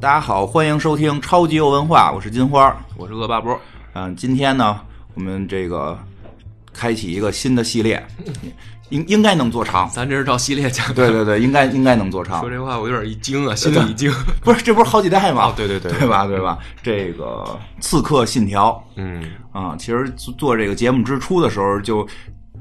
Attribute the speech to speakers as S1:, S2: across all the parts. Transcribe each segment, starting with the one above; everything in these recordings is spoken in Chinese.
S1: 大家好，欢迎收听超级游文化，我是金花。
S2: 我是恶霸波，
S1: 嗯，今天呢，我们这个开启一个新的系列，应应该能做长。
S2: 咱这是照系列讲。
S1: 对对对，应该应该能做长
S2: 说。这话我有点一惊啊，心里一惊。
S1: 不是，这不是好几代吗？
S2: 哦对对对
S1: 啊对吧？对吧？这个《刺客信条》
S2: 嗯，
S1: 啊、其实做做这个节目之初的时候，就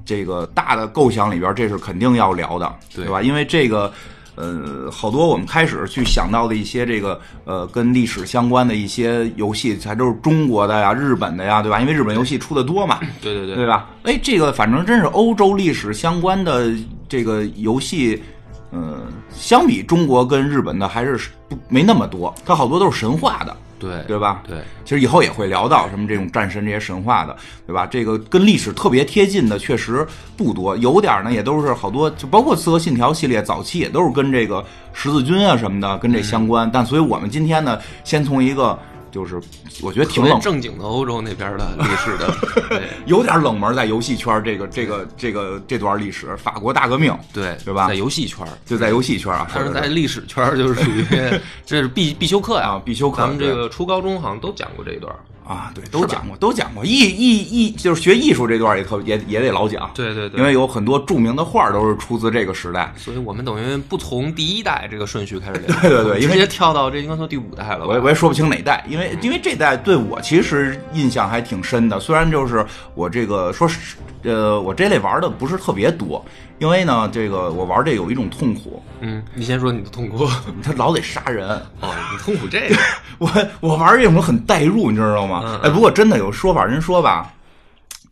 S1: 这个大的构想里边，这是肯定要聊的，对
S2: 对
S1: 吧？因为这个。呃，好多我们开始去想到的一些这个呃跟历史相关的一些游戏，它都是中国的呀、日本的呀，对吧？因为日本游戏出的多嘛，
S2: 对对
S1: 对
S2: 对，
S1: 吧？哎，这个反正真是欧洲历史相关的这个游戏，呃，相比中国跟日本的还是不没那么多，它好多都是神话的，
S2: 对
S1: 对吧？
S2: 对，
S1: 其实以后也会聊到什么这种战神这些神话的，对吧？这个跟历史特别贴近的确实不多，有点儿呢也都是好多，就包括《刺客信条》系列早期也都是跟这个十字军啊什么的跟这相关。但所以我们今天呢，先从一个就是我觉得挺
S2: 特别
S1: 冷，
S2: 正经的欧洲那边的历史 的，对
S1: 有点冷门，在游戏圈儿这个这个这个这段历史，法国大革命
S2: 对
S1: 对吧
S2: 在游戏圈儿，
S1: 就在游戏圈啊，
S2: 但是
S1: 说的
S2: 在历史圈儿就是 属于这是必必修课呀
S1: 啊，必修课
S2: 咱们这
S1: 对
S2: 个初高中好像都讲过这一段儿。
S1: 啊，对，都讲过，都讲过，艺艺艺就是学艺术这段也特也也得老讲，
S2: 对对对
S1: 因为有很多著名的画儿都是出自这个时代。
S2: 所以我们等于不从第一代这个顺序开始聊，
S1: 对对对
S2: 我们
S1: 因为
S2: 直接跳到这应该说第五代了吧。
S1: 我也我也说不清哪代，因为因为这代对我其实印象还挺深的。虽然就是我这个说是，呃，我这类玩的不是特别多，因为呢，这个我玩这有一种痛苦，嗯
S2: 嗯，你先说你的痛 苦。
S1: 他老得杀人。
S2: 哦，你痛苦 这个，
S1: 我我玩这种很代入，你知道吗？哎，不过真的有说法，人说吧，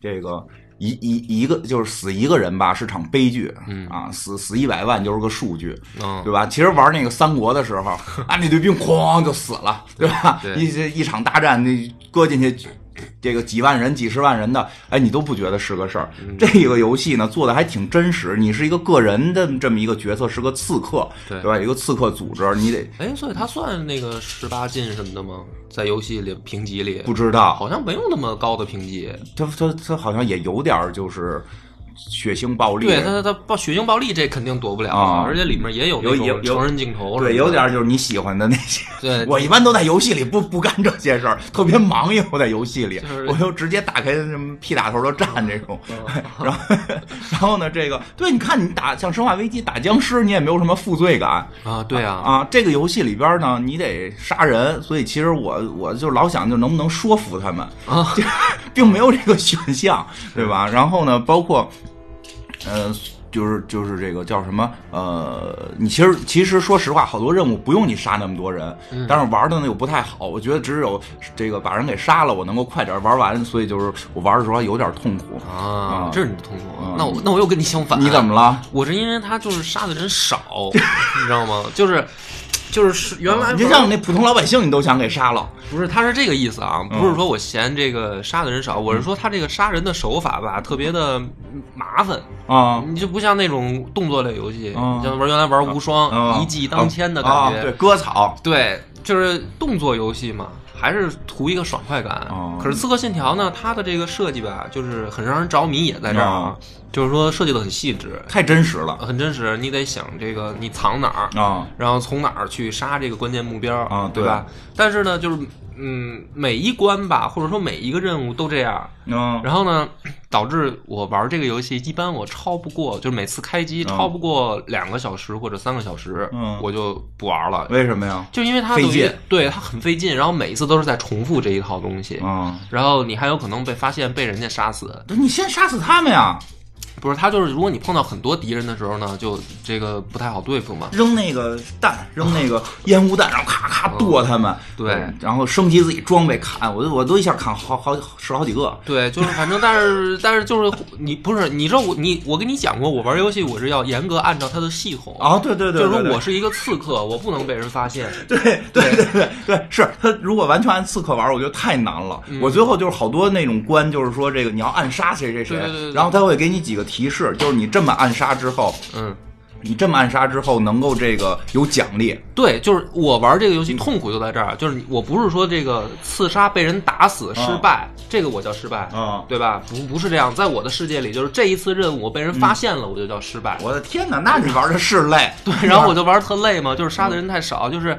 S1: 这个一一一个就是死一个人吧是场悲剧，啊，死死一百万就是个数据，
S2: 嗯
S1: 对吧？其实玩那个三国的时 候，啊，那队兵哐就死了，对吧？
S2: 对
S1: 一一场大战，那搁进去。这个几万人、几十万人的，哎，你都不觉得是个事儿。
S2: 嗯
S1: 这个游戏呢，做的还挺真实。你是一个个人的这么一个角色，是个刺客，
S2: 对
S1: 吧？一个刺客组织，你得
S2: 哎，所以它算那个十八禁什么的吗？在游戏里评级里
S1: 不知道，
S2: 好像没有那么高的评级。
S1: 他他他好像也有点儿就是血腥暴力，
S2: 对他，他暴血腥暴力这肯定躲不了，
S1: 啊
S2: 而且里面也有那
S1: 有有
S2: 种
S1: 有
S2: 成人镜头，
S1: 对有点。儿就是你喜欢的那些。
S2: 对嗯
S1: 我一般都在游戏里不不干这些事儿，特别忙，因为我在游戏里，
S2: 就是嗯
S1: 我就直接打开什么屁打头的战这种。然后 然后呢，这个对，你看你打像《生化危机》打僵尸，你也没有什么负罪感。
S2: 啊，对啊，
S1: 啊，这个游戏里边儿呢，你得杀人，所以其实我我就老想，就能不能说服他们
S2: 啊，
S1: 就 并没有这个选项，对吧？然后呢，包括，呃，就是就是这个叫什么呃，你其实其实说实话，好多任务不用你杀那么多人，
S2: 嗯
S1: 但是玩的呢又不太好，我觉得只有这个把人给杀了，我能够快点玩完，所以就是我玩的时候还有点痛苦。
S2: 啊，这是你的痛苦
S1: 啊。
S2: 那我那我又跟你相反，
S1: 你怎么？了？
S2: 我是因为他就是杀的人少，你知道吗？就是就是原来
S1: 你就像那普通老百姓，你都想给杀了。
S2: 不是，他是这个意思啊，
S1: 嗯
S2: 不是说我嫌这个杀的人少，我是说他这个杀人的手法吧，特别的麻烦。
S1: 啊，
S2: 你就不像那种动作类游戏，
S1: 嗯
S2: 你像玩原来玩无双、
S1: 嗯
S2: 一骑当千的感
S1: 啊
S2: 觉，
S1: 对，割草，
S2: 对，就是动作游戏嘛，还是图一个爽快感。
S1: 哦
S2: 可是《刺客信条》呢，它的这个设计吧，就是很让人着迷，也在这儿
S1: 嗯
S2: 啊，就是说设计的很细致，
S1: 太真实了
S2: 很真实。你得想这个你藏哪儿，
S1: 啊！
S2: 然后从哪儿去杀这个关键目标
S1: 啊
S2: 对吧？但是呢，就是嗯，每一关吧，或者说每一个任务都这样。
S1: 嗯，
S2: 然后呢，导致我玩这个游戏，一般我超不过，就是每次开机
S1: 嗯
S2: 超不过两个小时或者三个小时，
S1: 嗯
S2: 我就不玩了。
S1: 为什么呀？
S2: 就因为它
S1: 费
S2: 等于
S1: 劲，
S2: 对它很费劲，然后每一次都是在重复这一套东西，
S1: 嗯，
S2: 然后你还有可能被发现被人家杀死。
S1: 你先杀死他们呀，
S2: 不是，它就是如果你碰到很多敌人的时候呢，就这个不太好对付嘛。
S1: 扔那个弹，扔那个烟雾弹，然后咔咔剁他们。
S2: 对
S1: 嗯，然后升级自己装备砍，我我都一下砍好好十好几个。
S2: 对，就是反正，但是但是就是你不是，你知道我你我跟你讲过，我玩游戏我是要严格按照它的系统，
S1: 啊，对对
S2: 就
S1: 对，
S2: 是说
S1: 对对
S2: 我是一个刺客，我不能被人发现。
S1: 对对对对对，是他如果完全按刺客玩，我觉得太难了。我最后就是好多那种关，就是说这个你要暗杀谁谁谁
S2: 对对对，对
S1: 然后他会给你几个提示，就是你这么暗杀之后，
S2: 嗯，
S1: 你这么暗杀之后能够这个有奖励。
S2: 对，就是我玩这个游戏痛苦就在这儿，啊就是我不是说这个刺杀被人打死失败，这个我叫失败，
S1: 嗯
S2: 对吧？不不是这样，在我的世界里，就是这一次任务我被人
S1: 嗯
S2: 发现了，我就叫失败。
S1: 我的天哪，那你玩的是累。嗯
S2: 对，然后我就玩得特累嘛，就是杀的人太少，就是。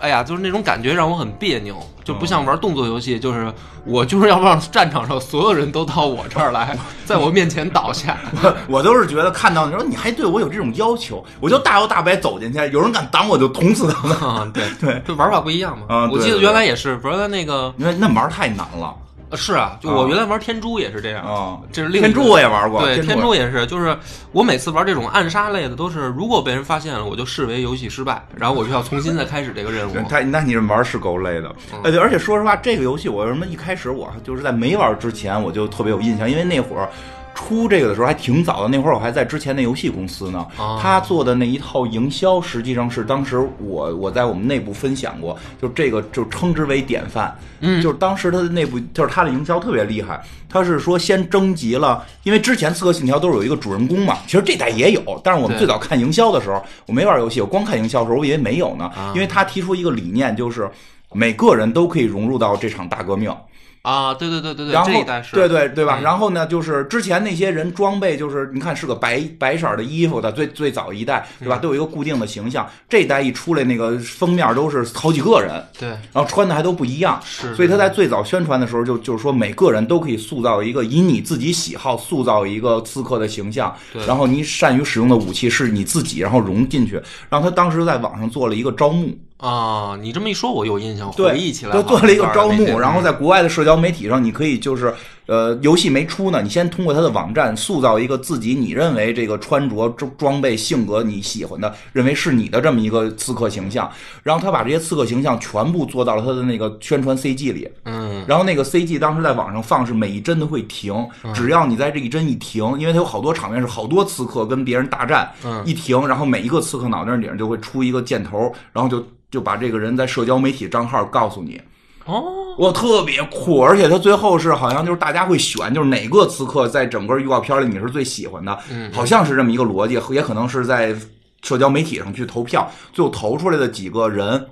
S2: 哎呀，就是那种感觉让我很别扭，就不
S1: 嗯
S2: 像玩动作游戏，就是我就是要让战场上所有人都到我这 儿来，在我面前倒下。
S1: 我我都是觉得看到你说你还对我有这种要求，我就大摇大摆走进去，有人敢挡我就捅死他们。
S2: 啊，对
S1: 嗯对，
S2: 就玩法不一样嘛。
S1: 啊对
S2: 我记得
S1: 对
S2: 原来也是，原来那个
S1: 因为那玩儿太难了
S2: 呃是啊，就
S1: 嗯
S2: 我原来玩天珠也是这样。
S1: 啊！
S2: 这是另一个
S1: 天珠啊我也玩过，
S2: 对，天
S1: 珠
S2: 珠也是，就是我每次玩这种暗杀类的，都是如果被人发现了，我就视为游戏失败，然后我就要重新再开始这个任务
S1: 对。他那你这玩儿是够累的，呃，对而且说实话，这个游戏我为什么一开始我就是在没玩儿之前我就特别有印象，因为那会儿出这个的时候还挺早的，那会儿我还在之前的游戏公司呢，
S2: 哦
S1: 他做的那一套营销实际上是当时我我在我们内部分享过，就这个就称之为典范，嗯，就是当时他的内部就是他的营销特别厉害，他是说先征集了，因为之前《刺客信条》都是有一个主人公嘛，其实这代也有，但是我们
S2: 对
S1: 最早看营销的时候，我没玩游戏，我光看营销的时候，我以为没有呢，
S2: 啊
S1: 因为他提出一个理念就是。每个人都可以融入到这场大革命，
S2: 啊，对对对对
S1: 然
S2: 对，
S1: 后
S2: 这一代是
S1: 对对对吧？
S2: 嗯
S1: 然后呢，就是之前那些人装备，就是你看是个白白色儿的衣服的，最最早一代
S2: 嗯
S1: 对吧，都有一个固定的形象。这一代一出来，那个封面都是好几个人，
S2: 对
S1: 然后穿的还都不一样。
S2: 是，
S1: 所以他在最早宣传的时候就就是说，每个人都可以塑造一个以你自己喜好塑造一个刺客的形象
S2: 对，
S1: 然后你善于使用的武器是你自己，然后融进去。然后他当时在网上做了一个招募，
S2: 啊，你这么一说，我有印象，
S1: 对，
S2: 回忆起来
S1: 就
S2: 好像
S1: 做了一个招
S2: 玩的那
S1: 募，
S2: 些
S1: 然后在国外的社交媒体上，你可以就是呃，游戏没出呢，你先通过他的网站塑造一个自己你认为这个穿着、装装备、性格你喜欢的，认为是你的这么一个刺客形象。然后他把这些刺客形象全部做到了他的那个宣传 CG 里，
S2: 嗯，
S1: 然后那个 CG 当时在网上放是每一帧都会停，只要你在这一帧一停，因为它有好多场面是好多刺客跟别人大战，一停，然后每一个刺客脑袋顶上就会出一个箭头，然后就就把这个人在社交媒体账号告诉你。
S2: 哦，
S1: 哇，特别酷！而且它最后是好像就是大家会选，就是哪个刺客在整个预告片里你是最喜欢的，好像是这么一个逻辑，也可能是在社交媒体上去投票，最后投出来的几个人。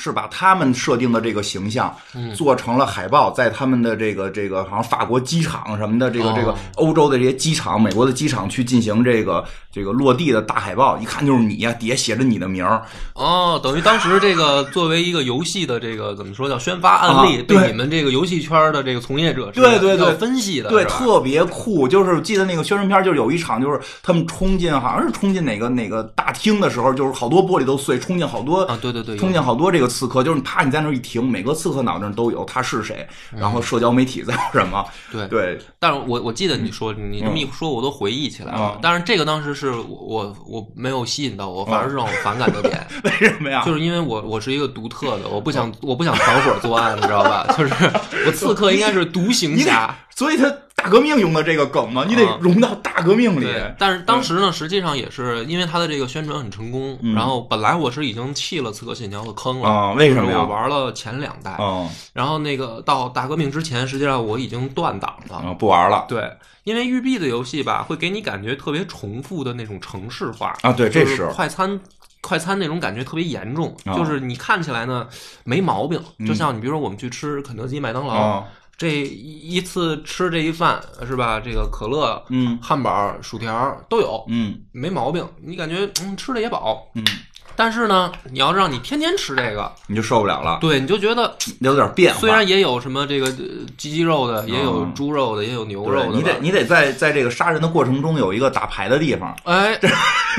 S1: 是把他们设定的这个形象做成了海报，在他们的这个这个好像法国机场什么的这个
S2: 哦
S1: 这个欧洲的这些机场、美国的机场去进行这个这个落地的大海报，一看就是你呀，底下写着你的名儿，
S2: 哦，等于当时这个作为一个游戏的这个怎么说叫宣发案例，
S1: 啊对
S2: 被你们这个游戏圈的这个从业者是
S1: 对对对
S2: 要分析的，
S1: 对，
S2: 是吧
S1: 特别酷。就是记得那个宣传片，就是有一场，就是他们冲进，好像是冲进哪个哪个大厅的时候，就是好多玻璃都碎，冲进好多
S2: 啊，对对对，有
S1: 冲进好多这个刺客，就是你啪，你在那儿一停，每个刺客脑袋上都有他是谁，然后社交媒体在有什么，
S2: 嗯对
S1: 对
S2: 但是我我记得你说你这么一说，我都回忆起来了
S1: 嗯。
S2: 但是这个当时是我我我没有吸引到我，反
S1: 嗯
S2: 而是让我反感 的点，
S1: 为什么呀？
S2: 就是因为我我是一个独特的，我不
S1: 嗯
S2: 想我不想团伙作案，你知道吧？ 就是我刺客应该是独行
S1: 你得
S2: 侠。，
S1: 所以他大革命用的这个梗嘛，你得
S2: 啊
S1: 融到大革命里。
S2: 对，但是
S1: 嗯
S2: 当时呢，实际上也是因为他的这个宣传很成功，然后本来我是已经弃了《刺客信条》的坑了，
S1: 啊为什么呀
S2: 就是我玩了前两代，
S1: 嗯
S2: 然后那个到大革命之前，实际上我已经断档了。
S1: 嗯，不玩了
S2: 对，因为育碧的游戏吧，会给你感觉特别重复的那种城市化，
S1: 啊。对，这
S2: 就是快餐。快餐那种感觉特别严重，
S1: 啊
S2: 就是你看起来呢没毛病，
S1: 嗯
S2: 就像你比如说我们去吃肯德基、麦当劳，
S1: 啊，
S2: 这一一次吃这一饭是吧？这个可乐、
S1: 嗯
S2: 汉堡、薯条都有，
S1: 嗯
S2: 没毛病，你感觉嗯吃的也饱，
S1: 嗯，
S2: 但是呢，你要让你天天吃这个，
S1: 你就受不了了，
S2: 对，你就觉得
S1: 有点变化。
S2: 虽然也有什么这个呃鸡肉的，也有
S1: 嗯
S2: 猪肉的，也有牛
S1: 对
S2: 肉的吧，
S1: 你得你得在在这个杀人的过程中有一个打牌的地 方，
S2: 哎，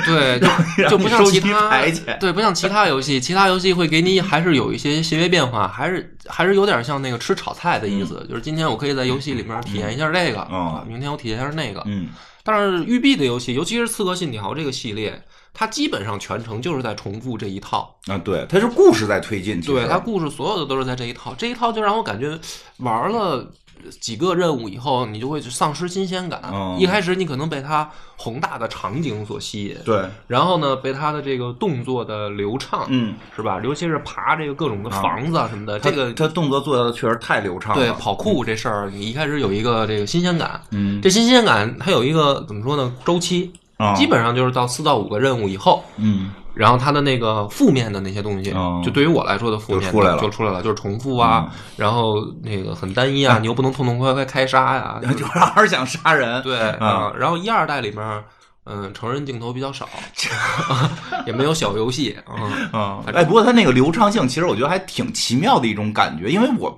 S2: 对，就
S1: 让
S2: 就
S1: 你
S2: 不像
S1: 收
S2: 其
S1: 集
S2: 他
S1: 牌去
S2: 对，不像其他游戏，其他游戏会给你还是有一些细微变化，还是还是有点像那个吃炒菜的意思，就是今天我可以在游戏里面体验一下这个，
S1: 嗯
S2: 啊，明天我体验一下那个。
S1: 嗯，
S2: 但是育碧的游戏，尤其是《刺客信条》这个系列，它基本上全程就是在重复这一套，
S1: 啊，对，它是故事在推进，其实
S2: 对，它故事所有的都是在这一套，这一套就让我感觉玩了。几个任务以后，你就会丧失新鲜感。
S1: 嗯
S2: 一开始你可能被它宏大的场景所吸引，
S1: 对，
S2: 然后呢，被他的这个动作的流畅，
S1: 嗯，
S2: 是吧？尤其是爬这个各种的房子啊什么的，
S1: 它
S2: 这个
S1: 它动作做的确实太流畅
S2: 对
S1: 了，
S2: 跑酷这事儿，你一开始有一个这个新鲜感，
S1: 嗯，
S2: 这新鲜感它有一个怎么说呢？周期，
S1: 啊
S2: 基本上就是到四到五个任务以后，
S1: 嗯
S2: 然后它的那个负面的那些东西，
S1: 哦
S2: 就对于我来说的负面
S1: 就出来了嗯
S2: 就出来了，就是重复啊，然后那个很单一
S1: 哎
S2: 啊，你又不能痛痛快快开杀呀、
S1: 就让人想杀人，
S2: 对
S1: 哎啊
S2: 啊、然后一二代里面。嗯，成人镜头比较少， 也没有小游戏 啊。
S1: 啊，哎，不过它那个流畅性，其实我觉得还挺奇妙的一种感觉，因为我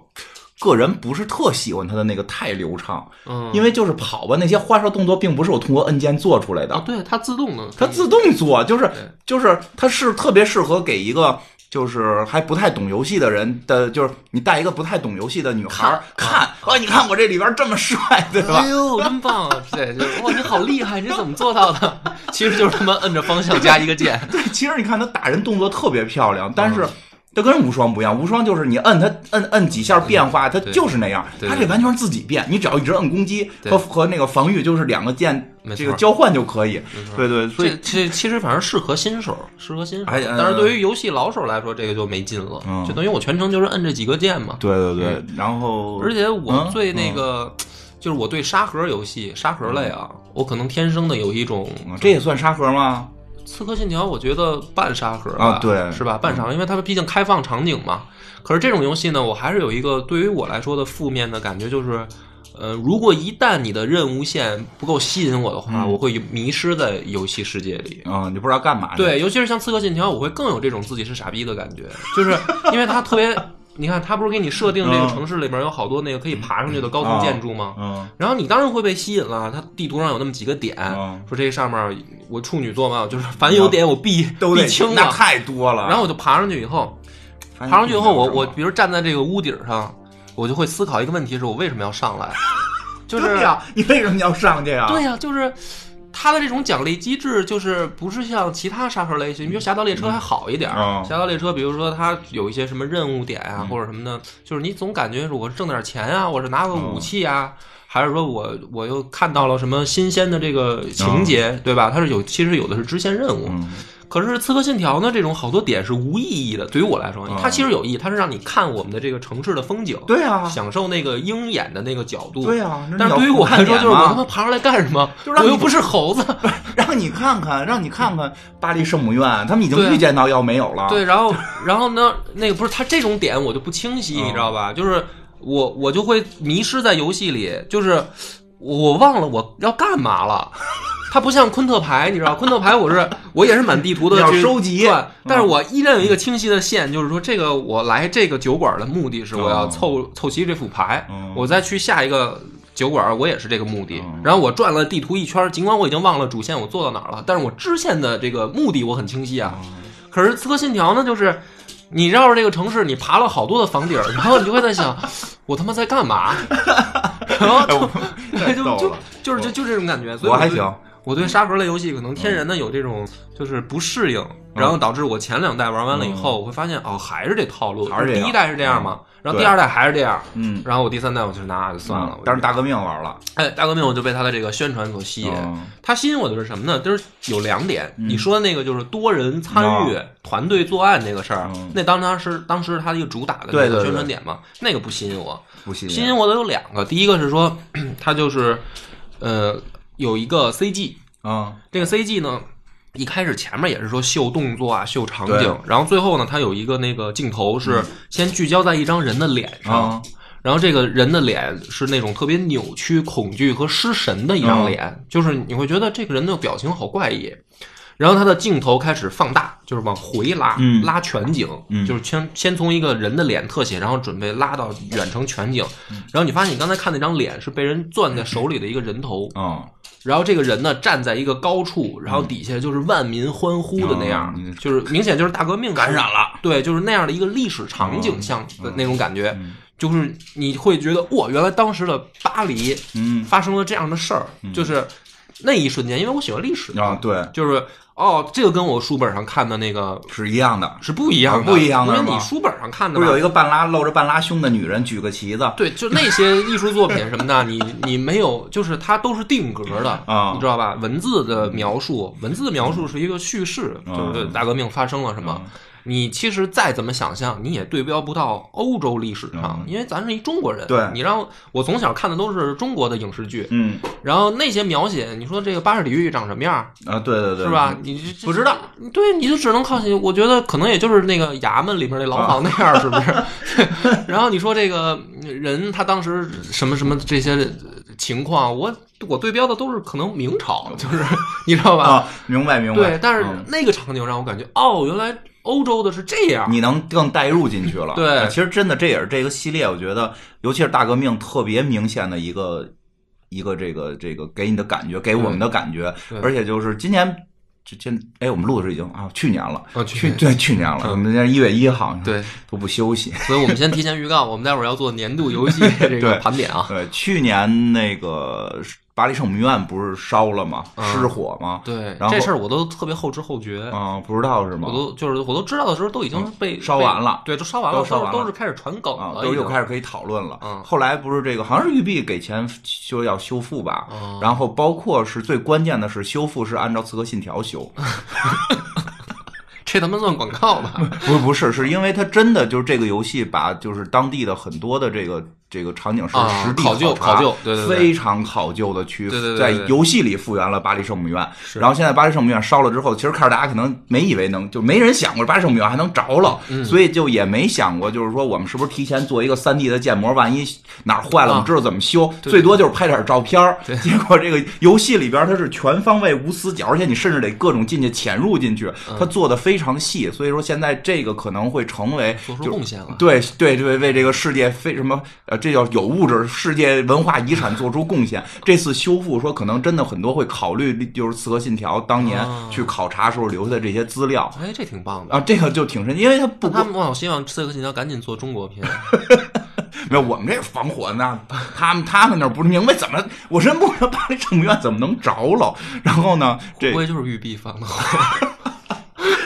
S1: 个人不是特喜欢它的那个太流畅，
S2: 嗯，
S1: 因为就是跑吧那些花哨动作，并不是我通过按键做出来
S2: 啊，
S1: 的，
S2: 对，它自动的，
S1: 它自动做，就是
S2: 对
S1: 就是它是特别适合给一个。就是还不太懂游戏的人的，就是你带一个不太懂游戏的女孩儿看，
S2: 啊
S1: 哦，你看我这里边这么帅，对吧
S2: 哎？呦，真棒！对，就是哇，你好厉害，你怎么做到的？ 其实就是他妈摁着方向加一个 键，
S1: 对，其实你看他打人动作特别漂亮，但
S2: 嗯
S1: 是这跟无双不一样。无双就是你摁他摁摁几下变化，它
S2: 对
S1: 就是那样。
S2: 对
S1: 它
S2: 对
S1: 这完全是自己变，你只要一直摁攻击
S2: 对
S1: 和和那个防御，就是两个键
S2: 没
S1: 这个
S2: 错
S1: 交换就可以
S2: 错。
S1: 对对，所以
S2: 这这其实反正适合新手，适合新手。
S1: 哎呃
S2: 但是对于游戏老手来说，这个就没劲了，
S1: 嗯
S2: 就等于我全程就是摁这几个键嘛。
S1: 对对对，然后
S2: 嗯而且我
S1: 嗯
S2: 最那个，就是我对沙盒游戏、沙盒类啊，我可能天生的有一种
S1: 嗯这也算沙盒吗？
S2: 《刺客信条》，我觉得半沙盒吧
S1: 啊对
S2: 是吧？半沙盒，因为它毕竟开放场景嘛。可是这种游戏呢，我还是有一个对于我来说的负面的感觉，就是，呃，如果一旦你的任务线不够吸引我的话，
S1: 嗯
S2: 我会迷失在游戏世界里。
S1: 嗯，你不知道干嘛呢？
S2: 对，尤其是像《刺客信条》，我会更有这种自己是傻逼的感觉，就是因为它特别，你看它不是给你设定这个
S1: 嗯
S2: 城市里边有好多那个可以爬上去的高层
S1: 啊
S2: 建筑吗？
S1: 嗯，
S2: 然后你当然会被吸引了，它地图上有那么几个点，
S1: 嗯
S2: 说这上面我处女座嘛，就是凡有点我必
S1: 都得
S2: 必清
S1: 那
S2: 了。
S1: 太多了。
S2: 然后我就爬上去以后，
S1: 爬
S2: 爬上去以后，我我比如站在这个屋顶上，我就会思考一个问题：是我为什么要 上来？就是
S1: 对呀，你为什么要上去啊？
S2: 对呀、就是它的这种奖励机制，就是不是像其他沙盒类型，你比如《侠盗猎车》还好一点儿，
S1: 嗯
S2: 侠盗猎车》比如说它有一些什么任务点啊，或者什么的，就是你总感觉是我是挣点钱啊，我是拿个
S1: 哦
S2: 武器啊。还是说我我又看到了什么新鲜的这个情节，对吧？它是有，其实有的是支线任务，
S1: 哦嗯，
S2: 可是《刺客信条》呢，这种好多点是无意义的。对于我来说，它其实有意义，它是让你看我们的这个城市的风景，
S1: 哦对啊，
S2: 享受那个鹰眼的那个角度，
S1: 对啊。那
S2: 但是
S1: 你
S2: 对于
S1: 要
S2: 我来
S1: 看
S2: 说，就
S1: 点
S2: 是我
S1: 嘛
S2: 他妈爬上来干什么？
S1: 就让
S2: 我
S1: 你
S2: 又不是猴子。
S1: 让你看看，让你看看巴黎圣母院，他们已
S2: 对啊
S1: 经预见到要没有了。
S2: 对，然后然后呢，那个不是他这种点我就不清晰，
S1: 嗯
S2: 你知道吧？就是我我就会迷失在游戏里，就是我忘了我要干嘛了。它不像昆特牌，你知道，昆特牌我是我也是满地图的
S1: 你要
S2: 去
S1: 收集嗯
S2: 转，但是我依然有一个清晰的线，就是说这个我来这个酒馆的目的是我要
S1: 哦
S2: 凑凑齐这副牌
S1: 嗯，
S2: 我再去下一个酒馆，我也是这个目的
S1: 嗯。
S2: 然后我转了地图一圈，尽管我已经忘了主线我做到哪儿了，但是我支线的这个目的我很清晰啊。
S1: 嗯
S2: 可是《刺客信条》呢，就是你绕着这个城市，你爬了好多的房顶儿，然后你就会在想，我他妈在 干嘛？然后就
S1: 太
S2: 就
S1: 逗
S2: 就
S1: 了
S2: 就是就就这种感 觉。所以
S1: 哎我还
S2: 对
S1: 行，
S2: 我对沙盒类游戏可能天然的有这种就是不适应，然后导致我前两代玩完了以后，我会发现哦，还是这套路，
S1: 嗯还是这
S2: 第
S1: 样嗯
S2: 一代是这样嘛，然后
S1: 对
S2: 第二代还是这样。
S1: 嗯，
S2: 然后我第三代我就那就算了，我
S1: 但是
S2: 就
S1: 大革命玩了，
S2: 哎大革命我就被它的这个宣传所吸引，
S1: 嗯
S2: 它吸引我的是什么呢？就是有两点，你说的那个就是多人参与、团队作案这个事儿
S1: 啊
S2: 啊
S1: 嗯，
S2: 那当当时当时它的一个主打的
S1: 对
S2: 那
S1: 对
S2: 个
S1: 对
S2: 宣传点嘛，那个不吸引我，
S1: 不信
S2: 吸引我的有两个，第一个是说 它就是呃有一个 CG，
S1: 啊，
S2: 这个 CG 呢，一开始前面也是说秀动作啊、秀场景
S1: 对，嗯
S2: 然后最后呢，它有一个那个镜头是先聚焦在一张人的脸上，
S1: 啊
S2: 然后这个人的脸是那种特别扭曲、恐惧和失神的一张
S1: 嗯
S2: 脸，就是你会觉得这个人的表情好怪异。然后他的镜头开始放大，就是往回拉，
S1: 嗯
S2: 拉全景，
S1: 嗯
S2: 就是先先从一个人的脸特写，然后准备拉到远程全景，
S1: 嗯
S2: 然后你发现你刚才看那张脸是被人攥在手里的一个人头，
S1: 啊，
S2: 然后这个人呢站在一个高处，然后底下就是万民欢呼的那样，
S1: 嗯
S2: 就是明显就是大革命
S1: 感染了，嗯
S2: 对，就是那样的一个历史场景像的那种感觉，就是你会觉得哇，原来当时的巴黎
S1: 嗯
S2: 发生了这样的事儿，就是那一瞬间，因为我喜欢历史
S1: 啊，，对，
S2: 就是哦，这个跟我书本上看的那个
S1: 是一样的。
S2: 是不一样的，
S1: 啊不一样的
S2: 因为
S1: 是
S2: 你
S1: 吗
S2: 书本上看的
S1: 不是
S2: 吧
S1: 有一个半拉露着半拉胸的女人举个旗子，
S2: 对，就那些艺术作品什么的， 你你没有，就是它都是定格的
S1: 啊
S2: 你知道吧？文字的描述，文字的描述是一个叙事，
S1: 啊
S2: 就是大革命发生了什么。你其实再怎么想象，你也对标不到欧洲历史上，因为咱是一中国人。
S1: 嗯对
S2: 你让我从小看的都是中国的影视剧，
S1: 嗯
S2: 然后那些描写，你说这个巴士底狱长什么样，
S1: 啊，对对对，
S2: 是吧？？你这这
S1: 不知道，
S2: 对，你就只能靠近。我觉得可能也就是那个衙门里面那
S1: 啊
S2: 牢房那样，是不 是？然后你说这个人他当时什么什么这些情况，我我对标的都是可能明朝，就是你知道吧？
S1: 啊，明白明白。
S2: 对，但是
S1: 嗯
S2: 那个场景让我感觉，哦，原来欧洲的是这样。
S1: 你能更带入进去了。呃
S2: 对
S1: 其实真的这也是这个系列，我觉得，尤其是大革命特别明显的一个一个这个这个给你的感觉，给我们的感觉
S2: 嗯对，
S1: 而且就是今年。这今哎，我们录的是已经啊，去年了，
S2: 啊 去
S1: 去对去年了，我们今年一月一号，
S2: 对，
S1: 都不休息。
S2: 所以我们先提前预告，我们待会儿要做年度游戏这个
S1: 对
S2: 盘点啊。
S1: 对，去年那个巴黎圣母院不是烧了吗？
S2: 嗯
S1: 失火吗？
S2: 对
S1: 然，后
S2: 这事儿我都特别后知后觉，
S1: 啊，不知道是吗
S2: 我？都就是我都知道的时候都已经被
S1: 嗯烧完了
S2: 被对，都烧完了，
S1: 都烧完了
S2: 都是开始传梗
S1: 啊，
S2: 了，
S1: 都
S2: 已
S1: 又
S2: 经
S1: 开始可以讨论了。
S2: 嗯
S1: 后来不是这个，好像是玉璧给钱修要修复吧，
S2: 哦
S1: 然后包括是最关键的是修复是按照《刺客信条》修，
S2: 这他妈算广告吧？
S1: 不不是，是因为它真的就是这个游戏把就是当地的很多的这个这个场景 是
S2: 啊
S1: 实地
S2: 考究
S1: 察
S2: 考究对对对
S1: 非常考究的去
S2: 对对对
S1: 在
S2: 对对
S1: 游戏里复原了巴黎圣母院。然后现在巴黎圣母院烧了之后，其实开始大家可能没以为能，就没人想过巴黎圣母院还能着了，
S2: 嗯
S1: 所以就也没想过就是说我们是不是提前做一个三 D 的建模，万一哪儿坏了，
S2: 啊
S1: 我们知道怎么修，
S2: 对
S1: 最多就是拍点照片儿。结果这个游戏里边它是全方位无死角，而且你甚至得各种进去潜入进去，
S2: 嗯
S1: 它做的非常细，所以说现在这个可能会成为
S2: 做出
S1: 就
S2: 贡献了
S1: 对对对，为这个世界非什么呃，这叫有物质世界文化遗产做出贡献。这次修复说可能真的很多会考虑，就是《刺客信条》当年
S2: 啊
S1: 去考察时候留下的这些资料
S2: 哎，这挺棒的。
S1: 啊，这个就挺神奇，因为它不
S2: 但他们，我希望《刺客信条》赶紧做中国 片，
S1: 没有我们这是防火呢，他们他们那儿不明白怎么，我真不知道巴黎圣母院怎么能着了。然后呢，这
S2: 不会就是玉璧放 的？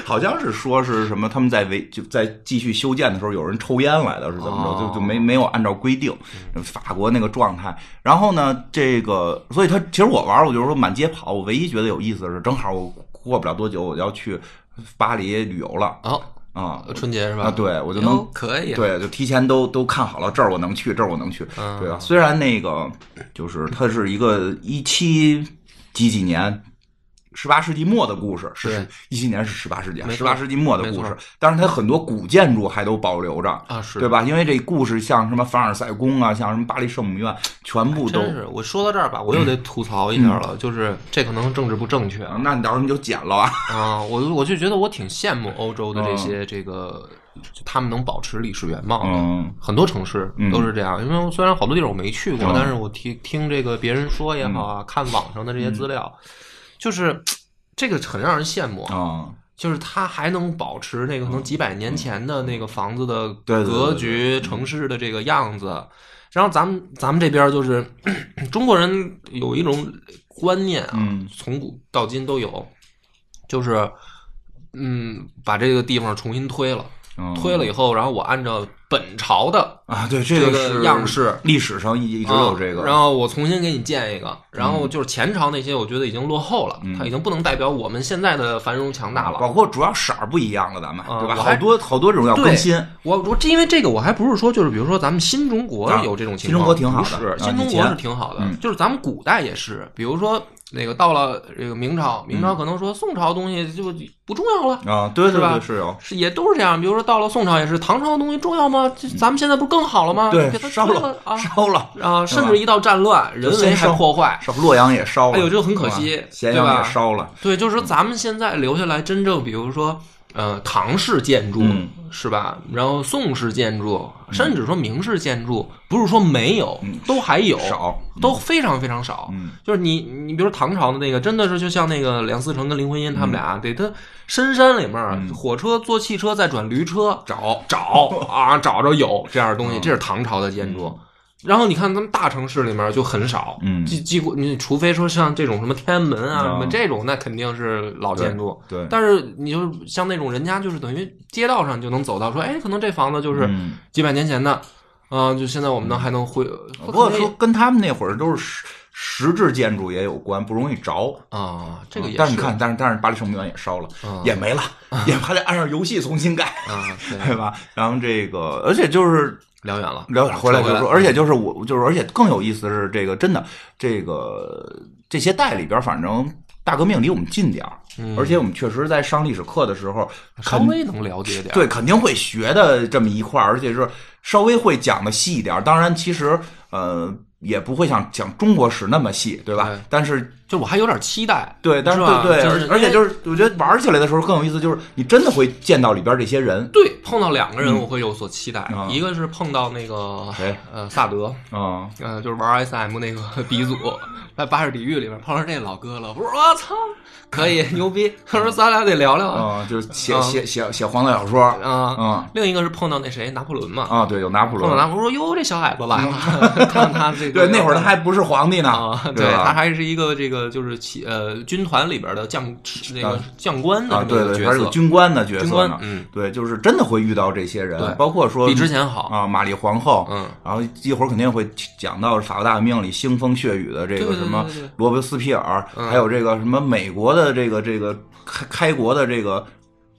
S1: 好像是说是什么他们在维就在继续修建的时候有人抽烟来的，是怎么着？
S2: 哦
S1: 就就没没有按照规定，嗯法国那个状态。然后呢，这个所以他其实我玩儿我就是说满街跑，我唯一觉得有意思的是，正好我过不了多久我要去巴黎旅游了
S2: 哦，
S1: 啊、
S2: 春节是吧？
S1: 啊，对我就
S2: 哟
S1: 能
S2: 可以啊，
S1: 对，就提前都都看好了，这儿我能去，这儿我能去，
S2: 嗯
S1: 对吧？啊虽然那个就是它是一个一七几几年。十八世纪末的故事是
S2: 对
S1: 一七年是十八世纪啊，
S2: 没
S1: 十
S2: 错
S1: 八世纪末的
S2: 没
S1: 故
S2: 错
S1: 事，但是它很多古建筑还都保留着，
S2: 啊，是
S1: 对吧？因为这故事像什么凡尔赛宫啊，像什么巴黎圣母院，全部都
S2: 真是，我说到这儿吧，我又得吐槽一下
S1: 嗯
S2: 了，就是这可能政治不正确
S1: 啊
S2: 啊，
S1: 那你到时候你就剪了啊。
S2: 啊，我就我就觉得我挺羡慕欧洲的
S1: 嗯
S2: 这些这个，就他们能保持历史原貌的。
S1: 嗯，
S2: 很多城市都是这样，因为虽然好多地儿我没去过，
S1: 嗯
S2: 但是我听听这个别人说也好啊，看网上的这些
S1: 嗯
S2: 资料，就是嘖这个很让人羡慕。
S1: 啊，
S2: 就是它还能保持那个可能几百年前的那个房子的
S1: 嗯对对对嗯
S2: 格局、城市的这个样子。然后咱们咱们这边就是 中国人有一种观念啊，
S1: 嗯
S2: 从古到今都有，就是嗯，把这个地方重新推了，
S1: 嗯
S2: 推了以后，然后我按照本朝的
S1: 啊，对，这
S2: 这
S1: 个是
S2: 个样式，
S1: 历史上一一直有这个，嗯
S2: 啊然后我重新给你建一个，然后就是前朝那些，我觉得已经落后了，它已经不能代表我们现在的繁荣强大了。
S1: 包括主要色儿不一样了，咱们
S2: 啊
S1: 对吧？
S2: 我还
S1: 好多好多这种要更
S2: 对
S1: 新，
S2: 我我这因为这个我还不是说就是比如说咱们新中国
S1: 啊
S2: 有这种情
S1: 新中
S2: 况，
S1: 国挺好的
S2: 不是
S1: 啊
S2: 新中
S1: 以
S2: 国
S1: 前
S2: 是挺好的，
S1: 嗯
S2: 就是咱们古代也是，比如说那个到了这个明朝，
S1: 嗯
S2: 明朝可能说宋朝东西就不重要了。
S1: 啊，对
S2: 是
S1: 对
S2: 吧
S1: 对，是有。
S2: 是也都是这样，比如说到了宋朝也是，唐朝的东西重要吗？这咱们现在不是更好了吗？
S1: 嗯对
S2: 啊给它
S1: 烧
S2: 推
S1: 了
S2: 了啊
S1: 烧了，
S2: 啊！甚
S1: 对吧
S2: 至一到战乱，人
S1: 就
S2: 为
S1: 先
S2: 还
S1: 烧
S2: 破坏，
S1: 烧洛阳也烧了，
S2: 哎呦这个很可惜
S1: 是吧咸
S2: 对吧
S1: 阳也烧了，
S2: 对，就是说咱们现在留下来真正，比如说，呃，唐式建筑、
S1: 嗯
S2: 是吧？然后宋式建筑，甚至说明式建筑，不是说没有，
S1: 嗯
S2: 都还有，
S1: 少
S2: 都非常非常少。
S1: 嗯
S2: 就是你，你比如唐朝的那个，真的是就像那个梁思成跟林徽因他们
S1: 嗯
S2: 俩，得他深山里面，火车坐汽车再转驴车，找找啊，找着有这样的东
S1: 嗯
S2: 西，这是唐朝的建筑。然后你看咱们大城市里面就很少，
S1: 嗯
S2: 几几乎你除非说像这种什么天安门啊
S1: 啊
S2: 什么这种，那肯定是老建筑。
S1: 对，
S2: 但是你就像那种人家就是等于街道上就能走到说，哎，可能这房子就是
S1: 嗯
S2: 几百年前的，啊、就现在我们能还能恢，
S1: 不过说跟他们那会儿都是石石质建筑也有关，不容易着。嗯
S2: 啊，这个也
S1: 但是你看，但是但是巴黎圣母院也烧了，
S2: 嗯
S1: 也 没了，也还得按照游戏重新盖，
S2: 啊，对，
S1: 对吧？然后这个，而且就是
S2: 聊远了，嗯
S1: 聊回来就是
S2: 扯
S1: 说，而且就是我就是，而且更有意思的是，这个真的，这个这些代里边，反正大革命离我们近点儿，而且我们确实在上历史课的时候，
S2: 嗯稍微能了解点儿。
S1: 对肯定会学的这么一块儿，而且是稍微会讲的细一点儿。当然，其实呃，也不会像讲中国史那么细，对吧？
S2: 对
S1: 但是
S2: 就我还有点期待。
S1: 对，但是
S2: 吧
S1: 对对，
S2: 就
S1: 而、
S2: 是
S1: 而且就是我觉得玩起来的时候更有意思，就是你真的会见到里边这些人。
S2: 对，碰到两个人我会有所期待，
S1: 嗯
S2: 一个是碰到那个
S1: 谁
S2: 呃萨德，
S1: 啊、
S2: 呃，就是玩 SM 那个鼻祖，在巴士底狱里面碰上这老哥了，我说我操，可以牛逼，他说咱俩得聊聊啊
S1: 啊、就是写、
S2: 嗯
S1: 写写写黄色小说，啊、
S2: 啊。
S1: 嗯、
S2: 另一个是碰到那谁拿破仑嘛，
S1: 啊，对，有拿破
S2: 碰到
S1: 仑，嗯
S2: 拿破仑说哟这小矮子来了， 看他这
S1: 对，
S2: 个
S1: 那会儿他还不是皇帝呢，
S2: 啊，
S1: 对
S2: 对他
S1: 吧？
S2: 还是一个这个就是起呃军团里边的将那个
S1: 啊
S2: 将官的
S1: 啊，
S2: 这么
S1: 对
S2: 一个
S1: 对，
S2: 角
S1: 还是
S2: 色
S1: 个，军官的角
S2: 军
S1: 色
S2: 官
S1: 呢，
S2: 嗯，
S1: 对，就是真的会遇到这些
S2: 对
S1: 人，包括说
S2: 比之前好，
S1: 啊，玛丽皇后，
S2: 嗯，
S1: 然后一会儿肯定会讲到《法国大革命》里腥风血雨的这
S2: 对
S1: 个
S2: 对
S1: 什么
S2: 对对对
S1: 罗伯斯皮尔，
S2: 嗯
S1: 还有这个什么美国的这个这个开开国的这个。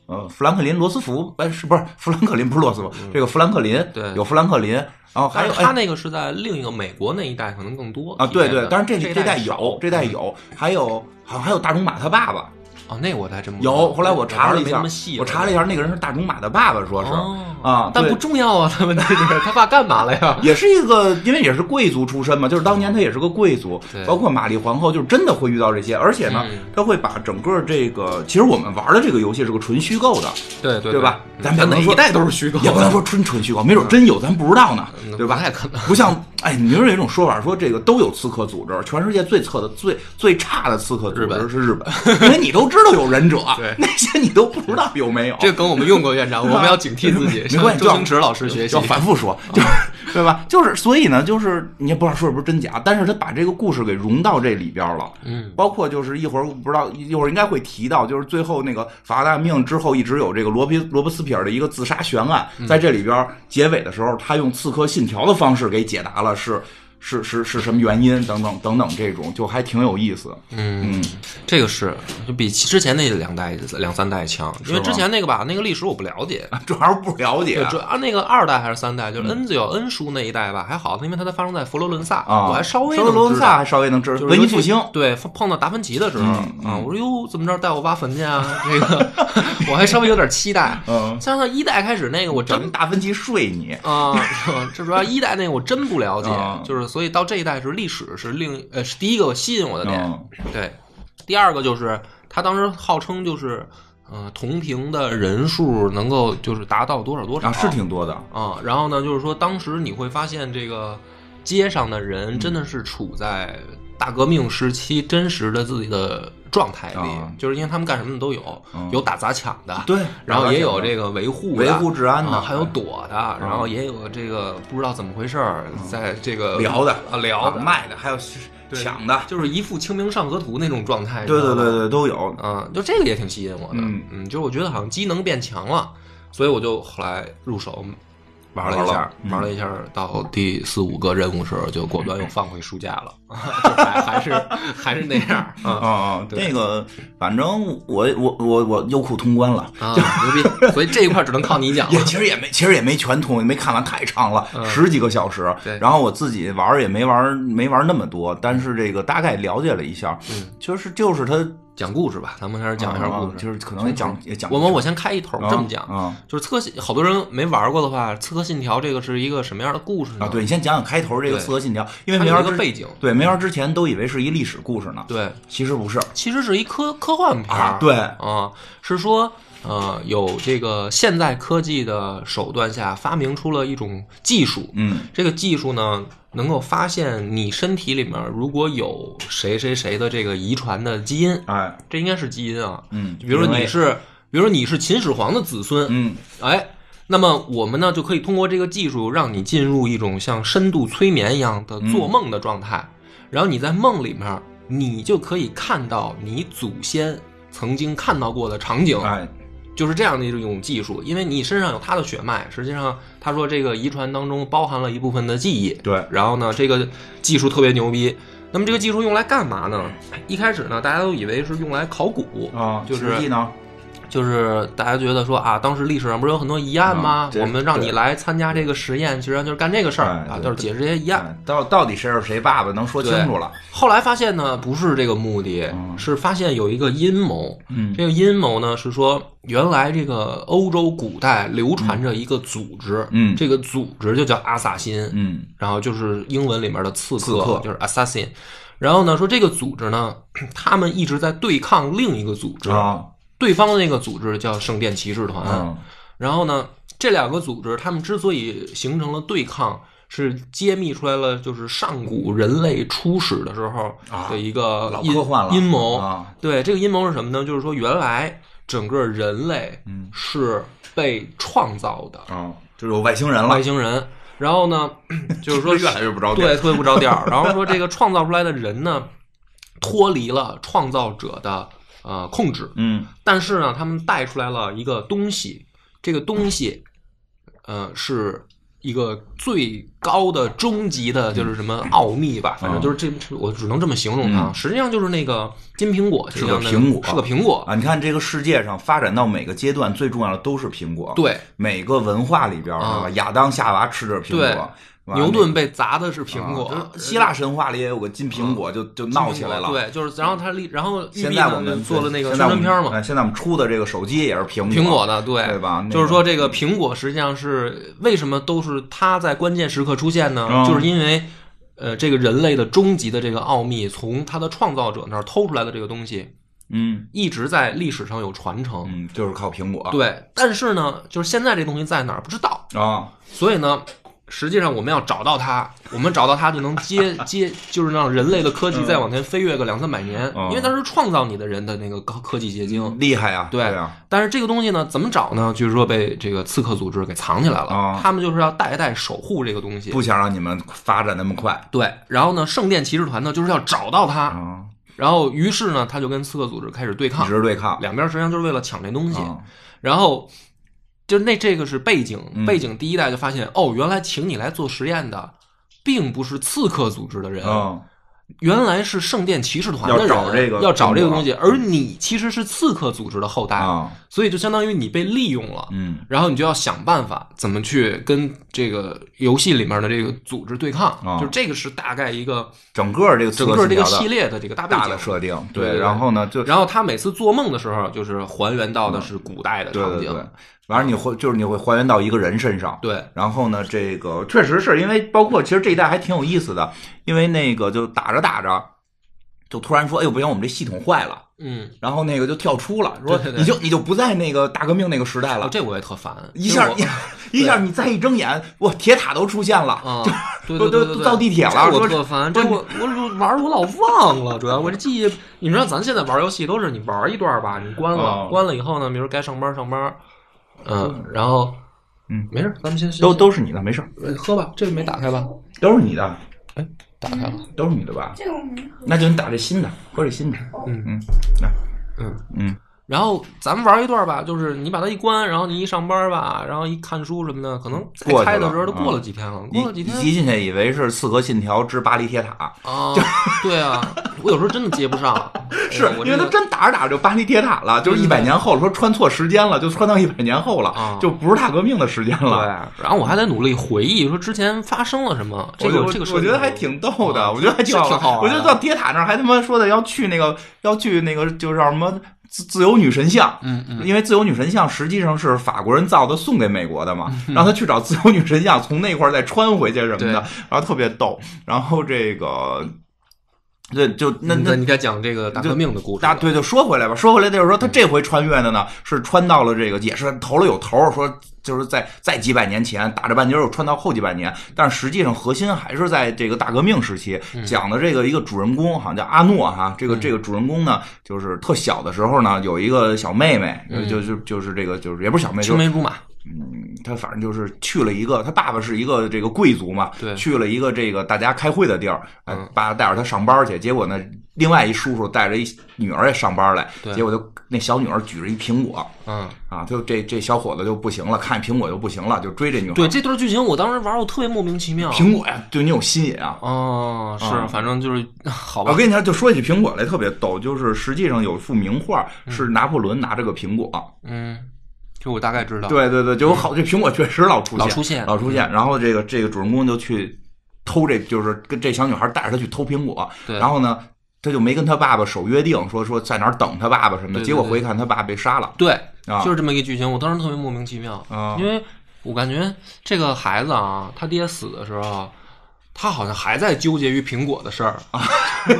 S1: 呃，富兰克林·罗斯福，哎，是不是富兰克林？不是罗斯福，这个富兰克林，
S2: 嗯对
S1: 有富兰克林，然后还
S2: 但
S1: 有
S2: 是
S1: 哎
S2: 他那个是在另一个美国那一代可能更多
S1: 啊，对
S2: 体现
S1: 对
S2: 的，
S1: 但是这
S2: 这
S1: 这代
S2: 代
S1: 有
S2: 少，嗯
S1: 这代有，还有好像还有大仲马他爸爸
S2: 哦，那我还真不知道
S1: 有，后来我查了一
S2: 没什
S1: 下
S2: 么细，
S1: 我查了一下，那个人是大仲马的爸爸，说是
S2: 哦
S1: 啊，
S2: 但
S1: 对
S2: 不重要啊，他 问题是他爸干嘛了呀？
S1: 也是一个，因为也是贵族出身嘛，就是当年他也是个贵族
S2: 对，
S1: 包括玛丽皇后，就是真的会遇到这些，而且呢
S2: 嗯，
S1: 他会把整个这个，其实我们玩的这个游戏是个纯虚构的，
S2: 对 对
S1: 对吧
S2: 嗯
S1: 咱们
S2: 哪
S1: 能说
S2: 一代都是虚构
S1: 也不能
S2: 的，
S1: 说纯纯虚构，没准真有，咱不知道呢，
S2: 嗯
S1: 对吧
S2: 不？太可能。
S1: 不像，哎，你说有一种说法，说这个都有刺客组织，全世界最测的最最差的刺客组
S2: 日本
S1: 织是日本，因为你都知道有忍者
S2: 对，
S1: 那些你都不知道有没有。
S2: 这个梗我们用过，院长，我们要警惕自己，
S1: 没关
S2: 向
S1: 系
S2: 周星驰老师学习啊
S1: 要。反复说，就是对吧？就是所以呢，就是你也不知道说是不是真假，但是他把这个故事给融到这里边了。
S2: 嗯，
S1: 包括就是一会儿不知道一会儿应该会提到，就是最后那个法国大革命之后一直有这个罗宾罗伯斯皮尔的一个自杀悬案，
S2: 嗯
S1: 在这里边结尾的时候，他用刺客信条的方式给解答了是是是是什么原因等等等等这种，就还挺有意思。
S2: 嗯，这个是就比之前那两代两三代强，因为
S1: 吗
S2: 之前那个吧，那个历史我不了解。
S1: 主要是不了解
S2: 对，主啊，那个二代还是三代，就
S1: 嗯
S2: 是恩子有恩叔那一代吧，还好，因为它在发生在佛罗伦萨，
S1: 啊，
S2: 我还稍微
S1: 稍微罗
S2: 能
S1: 伦
S2: 知道。
S1: 萨还稍微能知道
S2: 就是
S1: 文
S2: 尤
S1: 艺
S2: 其
S1: 复兴。
S2: 对，碰碰到达芬奇的时候、
S1: 嗯
S2: 啊，我说哟，怎么着带我挖坟去啊？这个 我还稍微有点期待。
S1: 嗯，
S2: 像像一代开始那个，我真
S1: 整达芬奇睡你，
S2: 啊、是吧这主要一代那个我真不了解，
S1: 嗯
S2: 就是所以到这一代是历史是另呃是第一个吸引我的点，
S1: 嗯
S2: 对，第二个就是他当时号称就是呃同屏的人数能够就是达到多少多少
S1: 啊，是挺多的。
S2: 啊、然后呢，就是说当时你会发现这个街上的
S1: 嗯
S2: 人真的是处在大革命时期真实的自己的状态里，
S1: 啊
S2: 就是因为他们干什么的都有，
S1: 嗯
S2: 有打砸抢的，
S1: 对
S2: 然后也有
S1: 这
S2: 这个维护的
S1: 维护治安的嗯
S2: 啊还有躲的，然后也有这个不知道怎么回事儿，在这个
S1: 嗯聊的
S2: 啊聊的，
S1: 卖的，还有
S2: 对
S1: 抢的，
S2: 就是一副《清明上河图》那种状态，
S1: 对对
S2: 你知道
S1: 对
S2: 吧，
S1: 对都有。
S2: 嗯，就这个也挺吸引我的，
S1: 嗯
S2: 嗯，就是我觉得好像机能变强了，所以我就后来入手玩了一
S1: 玩
S2: 下
S1: 了，嗯
S2: 玩了一下，到第四五个任务时候就果断又放回书架 了，就还还是还是那样啊。
S1: 啊啊，那个，反正我我我我优酷通关了，
S2: 啊，牛逼！所以这一块只能靠你讲
S1: 也
S2: 了。
S1: 其实也没其实也没全通，没看完太长了，十几个小时。
S2: 嗯对
S1: 然后我自己玩儿也没玩儿没玩儿那么多，但是这个大概了解了一下，就是就是他
S2: 讲故事吧，咱们开始嗯讲一下故事。
S1: 啊就是可能也讲也讲
S2: 我们我先开一头
S1: 啊
S2: 这么讲，
S1: 啊
S2: 就是刺客信，好多人没玩过的话，《刺客信条》这个是一个什么样的故事呢？
S1: 啊，对你先讲讲开头这个
S2: 对
S1: 《刺客信条》，因为
S2: 它
S1: 没
S2: 有
S1: 玩
S2: 一
S1: 儿
S2: 个
S1: 之
S2: 背景。
S1: 对没玩儿之前都以为是一历史故事呢，
S2: 对，
S1: 其实不是
S2: 其实是一科科幻片
S1: 啊
S2: 儿，
S1: 对
S2: 啊、是说呃，有这个现代科技的手段下发明出了一种技术，
S1: 嗯
S2: 这个技术呢能够发现你身体里面如果有谁谁谁的这个遗传的基因，
S1: 哎
S2: 这应该是基因啊，
S1: 嗯，
S2: 就比如说
S1: 因为
S2: 你是，比如说你是秦始皇的子孙，
S1: 嗯
S2: 哎，那么我们呢就可以通过这个技术，让你进入一种像深度催眠一样的做梦的状态，然后你在梦里面，你就可以看到你祖先曾经看到过的场景，
S1: 哎
S2: 就是这样的一种技术，因为你身上有他的血脉，实际上他说这个遗传当中包含了一部分的记忆，
S1: 对
S2: 然后呢，这个技术特别牛逼。那么这个技术用来干嘛呢？一开始呢，大家都以为是用来考古，
S1: 啊，
S2: 哦就是
S1: 实际呢，
S2: 就是大家觉得说啊，当时历史上不是有很多疑案吗
S1: 啊？这
S2: 我们让你来参加这个实验，实际上就是干这个事儿
S1: 哎
S2: 啊，
S1: 对
S2: 就是解释这些疑案。
S1: 哎到到底谁是谁爸爸能说清楚了？
S2: 后来发现呢，不是这个目的，
S1: 嗯
S2: 是发现有一个阴谋。
S1: 嗯
S2: 这个阴谋呢是说，原来这个欧洲古代流传着一个组织，
S1: 嗯
S2: 这个组织就叫阿萨辛，
S1: 嗯
S2: 然后就是英文里面的刺客，
S1: 刺客
S2: 就是 assassin。然后呢，说这个组织呢， 他们一直在对抗另一个组织，
S1: 啊
S2: 对方的那个组织叫圣殿骑士团。
S1: 嗯
S2: 然后呢，这两个组织他们之所以形成了对抗，是揭秘出来了，就是上古人类初始的时候
S1: 啊
S2: 的一个
S1: 老
S2: 阴、
S1: 科幻了
S2: 阴谋。
S1: 啊
S2: 对，这个阴谋是什么呢？就是说原来整个人类
S1: 嗯
S2: 是被创造的
S1: 啊，就是有外星人了
S2: 外，星人。然后呢，就是 说
S1: 越来越不着调。
S2: 对，特别不着调儿。然后说这个创造出来的人呢，脱离了创造者的呃控制，
S1: 嗯
S2: 但是呢，他们带出来了一个东西，这个东西，呃，是一个最高的、终极的，就是什么奥秘吧，反正就是这，我只能这么形容它。
S1: 嗯
S2: 实际上就是那个金苹果
S1: 是个
S2: 这样的
S1: 苹果
S2: 是个苹果，
S1: 啊，你看这个世界上发展到每个阶段，最重要的都是苹果。，
S2: 对。
S1: 每个文化里边儿，
S2: 啊
S1: 是吧亚当夏娃吃着苹
S2: 对
S1: 果，完了
S2: 牛顿被砸的是苹
S1: 啊
S2: 果，
S1: 就是希腊神话里也有个金苹果，就就闹起来了。
S2: 对，就是然后他立，然后玉
S1: 现
S2: 璧
S1: 在我
S2: 呢
S1: 们
S2: 做了那个
S1: 现
S2: 宣
S1: 在我
S2: 传
S1: 们
S2: 片嘛，
S1: 哎现在我们出的这个手机也是苹果，
S2: 苹果的，对
S1: 对吧那个
S2: 就是说，这个苹果实际上是为什么都是它在关键时刻出现呢？
S1: 嗯
S2: 就是因为，呃，这个人类的终极的这个奥秘，从它的创造者那儿偷出来的这个东西，
S1: 嗯
S2: 一直在历史上有传承。
S1: 嗯，就是靠苹果。
S2: 对，但是呢，就是现在这东西在哪儿不知道，
S1: 啊，
S2: 所以呢。实际上，我们要找到它，我们找到它就能 接接，就是让人类的科技再往前飞跃个两三百年，
S1: 嗯
S2: 因为它是创造你的人的那个高科技结晶。
S1: 厉害呀！啊
S2: 对
S1: 呀，
S2: 但是这个东西呢，怎么找呢？据说被这个刺客组织给藏起来了，
S1: 啊
S2: 他们就是要代代守护这个东西。
S1: 不想让你们发展那么快
S2: 对，然后呢，圣殿骑士团呢就是要找到它，
S1: 啊，
S2: 然后于是呢，他就跟刺客组织开始对
S1: 一
S2: 抗，
S1: 直对抗。
S2: 两边实际上就是为了抢这东西。
S1: 啊
S2: 然后就那这个是背景
S1: 嗯，
S2: 背景第一代就发现、哦，原来请你来做实验的，并不是刺客组织的人，
S1: 嗯，
S2: 原来是圣殿骑士团的
S1: 要
S2: 人，
S1: 找这个
S2: 要找这个东西，
S1: 中国
S2: 而你其实是刺客组织的后代，
S1: 啊，
S2: 所以就相当于你被利用了。
S1: 嗯
S2: 然后你就要想办法怎么去跟这个游戏里面的这个组织对抗，
S1: 啊
S2: 就是这个是大概一个
S1: 整个这个
S2: 整个这个
S1: 刺客信
S2: 系
S1: 条的
S2: 列的这个大背
S1: 大
S2: 景
S1: 的。设定，
S2: 对对对
S1: 然后呢，就
S2: 然后他每次做梦的时候，就是还原到的是古代的
S1: 对
S2: 场
S1: 对
S2: 景，
S1: 对，完了你会就是你会还原到一个人身上。
S2: 对
S1: 然后呢，这个确实是因为包括其实这一代还挺有意思的，因为那个就打着打着，就突然说，哎呦不行，我们这系统坏了。
S2: 嗯，
S1: 然后那个就跳出了，说
S2: 对对对
S1: 你就你就不在那个大革命那个时代
S2: 哦，
S1: 了，
S2: 这我也特烦，
S1: 一下
S2: 就是
S1: 你 一下你再一睁眼，哇，铁塔都出现了，
S2: 我 啊，对
S1: 都
S2: 对
S1: 都
S2: 对
S1: 都
S2: 对，
S1: 到地铁了
S2: 这
S1: 说
S2: 我特烦，这我我我玩儿我老忘了，主要我这记忆，你知道咱现在玩游戏都是你玩一段吧，你关
S1: 哦
S2: 了，关了以后呢，比如该上班上班，嗯，然后
S1: 嗯，
S2: 没事，咱们先
S1: 都都是你的，没事儿，
S2: 呃喝吧，这没打开吧？
S1: 都是你的，
S2: 打开嗯了。
S1: 都是你的吧？
S3: 这个我没喝。
S1: 那就你打这新的，喝这新的，
S2: 嗯
S1: 嗯，来，
S2: 嗯
S1: 嗯
S2: 然后咱们玩一段吧，就是你把它一关，然后你一上班吧，然后一看书什么的，可能再
S1: 过去
S2: 开
S1: 了
S2: 的时候都
S1: 啊
S2: 过了几天了，
S1: 一
S2: 过了几天
S1: 一进去以为是《刺客信条之巴黎铁塔
S2: 啊，对啊，我有时候真的接不上，哎》，
S1: 是
S2: 呀我
S1: 因为
S2: 这
S1: 它
S2: 个
S1: 真打着打着就巴黎铁塔了，就是一百年后了，说穿错时间了，就穿到一百年后了
S2: 啊，
S1: 就不是大革命的时间
S2: 对，
S1: 了。
S2: 啊然后我还得努力回忆说之前发生了什么，这
S1: 我就
S2: 个这个
S1: 我觉得还挺逗的，我觉得还挺
S2: 是啊挺好玩的啊
S1: 我觉得到铁塔那儿还他妈说的要去那个要去那个就是叫什么自自由女神像。
S2: 嗯嗯
S1: 因为自由女神像实际上是法国人造的，送给美国的嘛，让他去找自由女神像，从那块儿再穿回去什么
S2: 嗯对
S1: 的，然后特别逗。然后这个，对，就那
S2: 嗯，
S1: 那
S2: 你该讲这个大革命的故事
S1: 大
S2: 了，
S1: 对，就说回来吧，说回来就是说，他这回穿越的呢，是穿到了这个，也是投了有头儿，说就是在在几百年前打着半截儿又穿到后几百年，但是实际上核心还是在这个大革命时期讲的这个一个主人公，好像叫阿诺哈，这个这个主人公呢，就是特小的时候呢，有一个小妹妹，就就就是这个就是也不是小妹，
S2: 青
S1: 就是
S2: 梅竹马，
S1: 他反正就是去了一个，他爸爸是一个这个贵族嘛，
S2: 对
S1: 去了一个这个大家开会的地儿，哎
S2: 嗯
S1: 爸带着他上班去，结果呢，另外一叔叔带着一女儿也上班来，
S2: 对
S1: 结果就那小女儿举着一苹果
S2: 嗯，
S1: 啊，就这这小伙子就不行了，看见苹果就不行了，就追这女孩，
S2: 对，这段剧情我当时玩儿我特别莫名其妙。
S1: 苹果呀，对你有心瘾啊，
S2: 哦，是，
S1: 啊
S2: 反正就是好
S1: 我
S2: 吧，
S1: 跟你说，就说起苹果来特别逗，就是实际上有幅名画是拿破仑拿着个苹果，
S2: 嗯，这我大概知道。，
S1: 对对对，就有好这苹果确实老出现，
S2: 老出现嗯
S1: 老出现。然后这个这个主人公就去偷这，就是跟这小女孩带着她去偷苹果，
S2: 对
S1: 然后呢，他就没跟他爸爸守约定，说说在哪儿等他爸爸什么
S2: 对
S1: 的，
S2: 对
S1: 结果
S2: 对
S1: 回看他爸被杀了
S2: 对，
S1: 啊，
S2: 就是这么一个剧情，我当时特别莫名其妙，
S1: 啊
S2: 因为我感觉这个孩子啊，他爹死的时候，他好像还在纠结于苹果的事儿。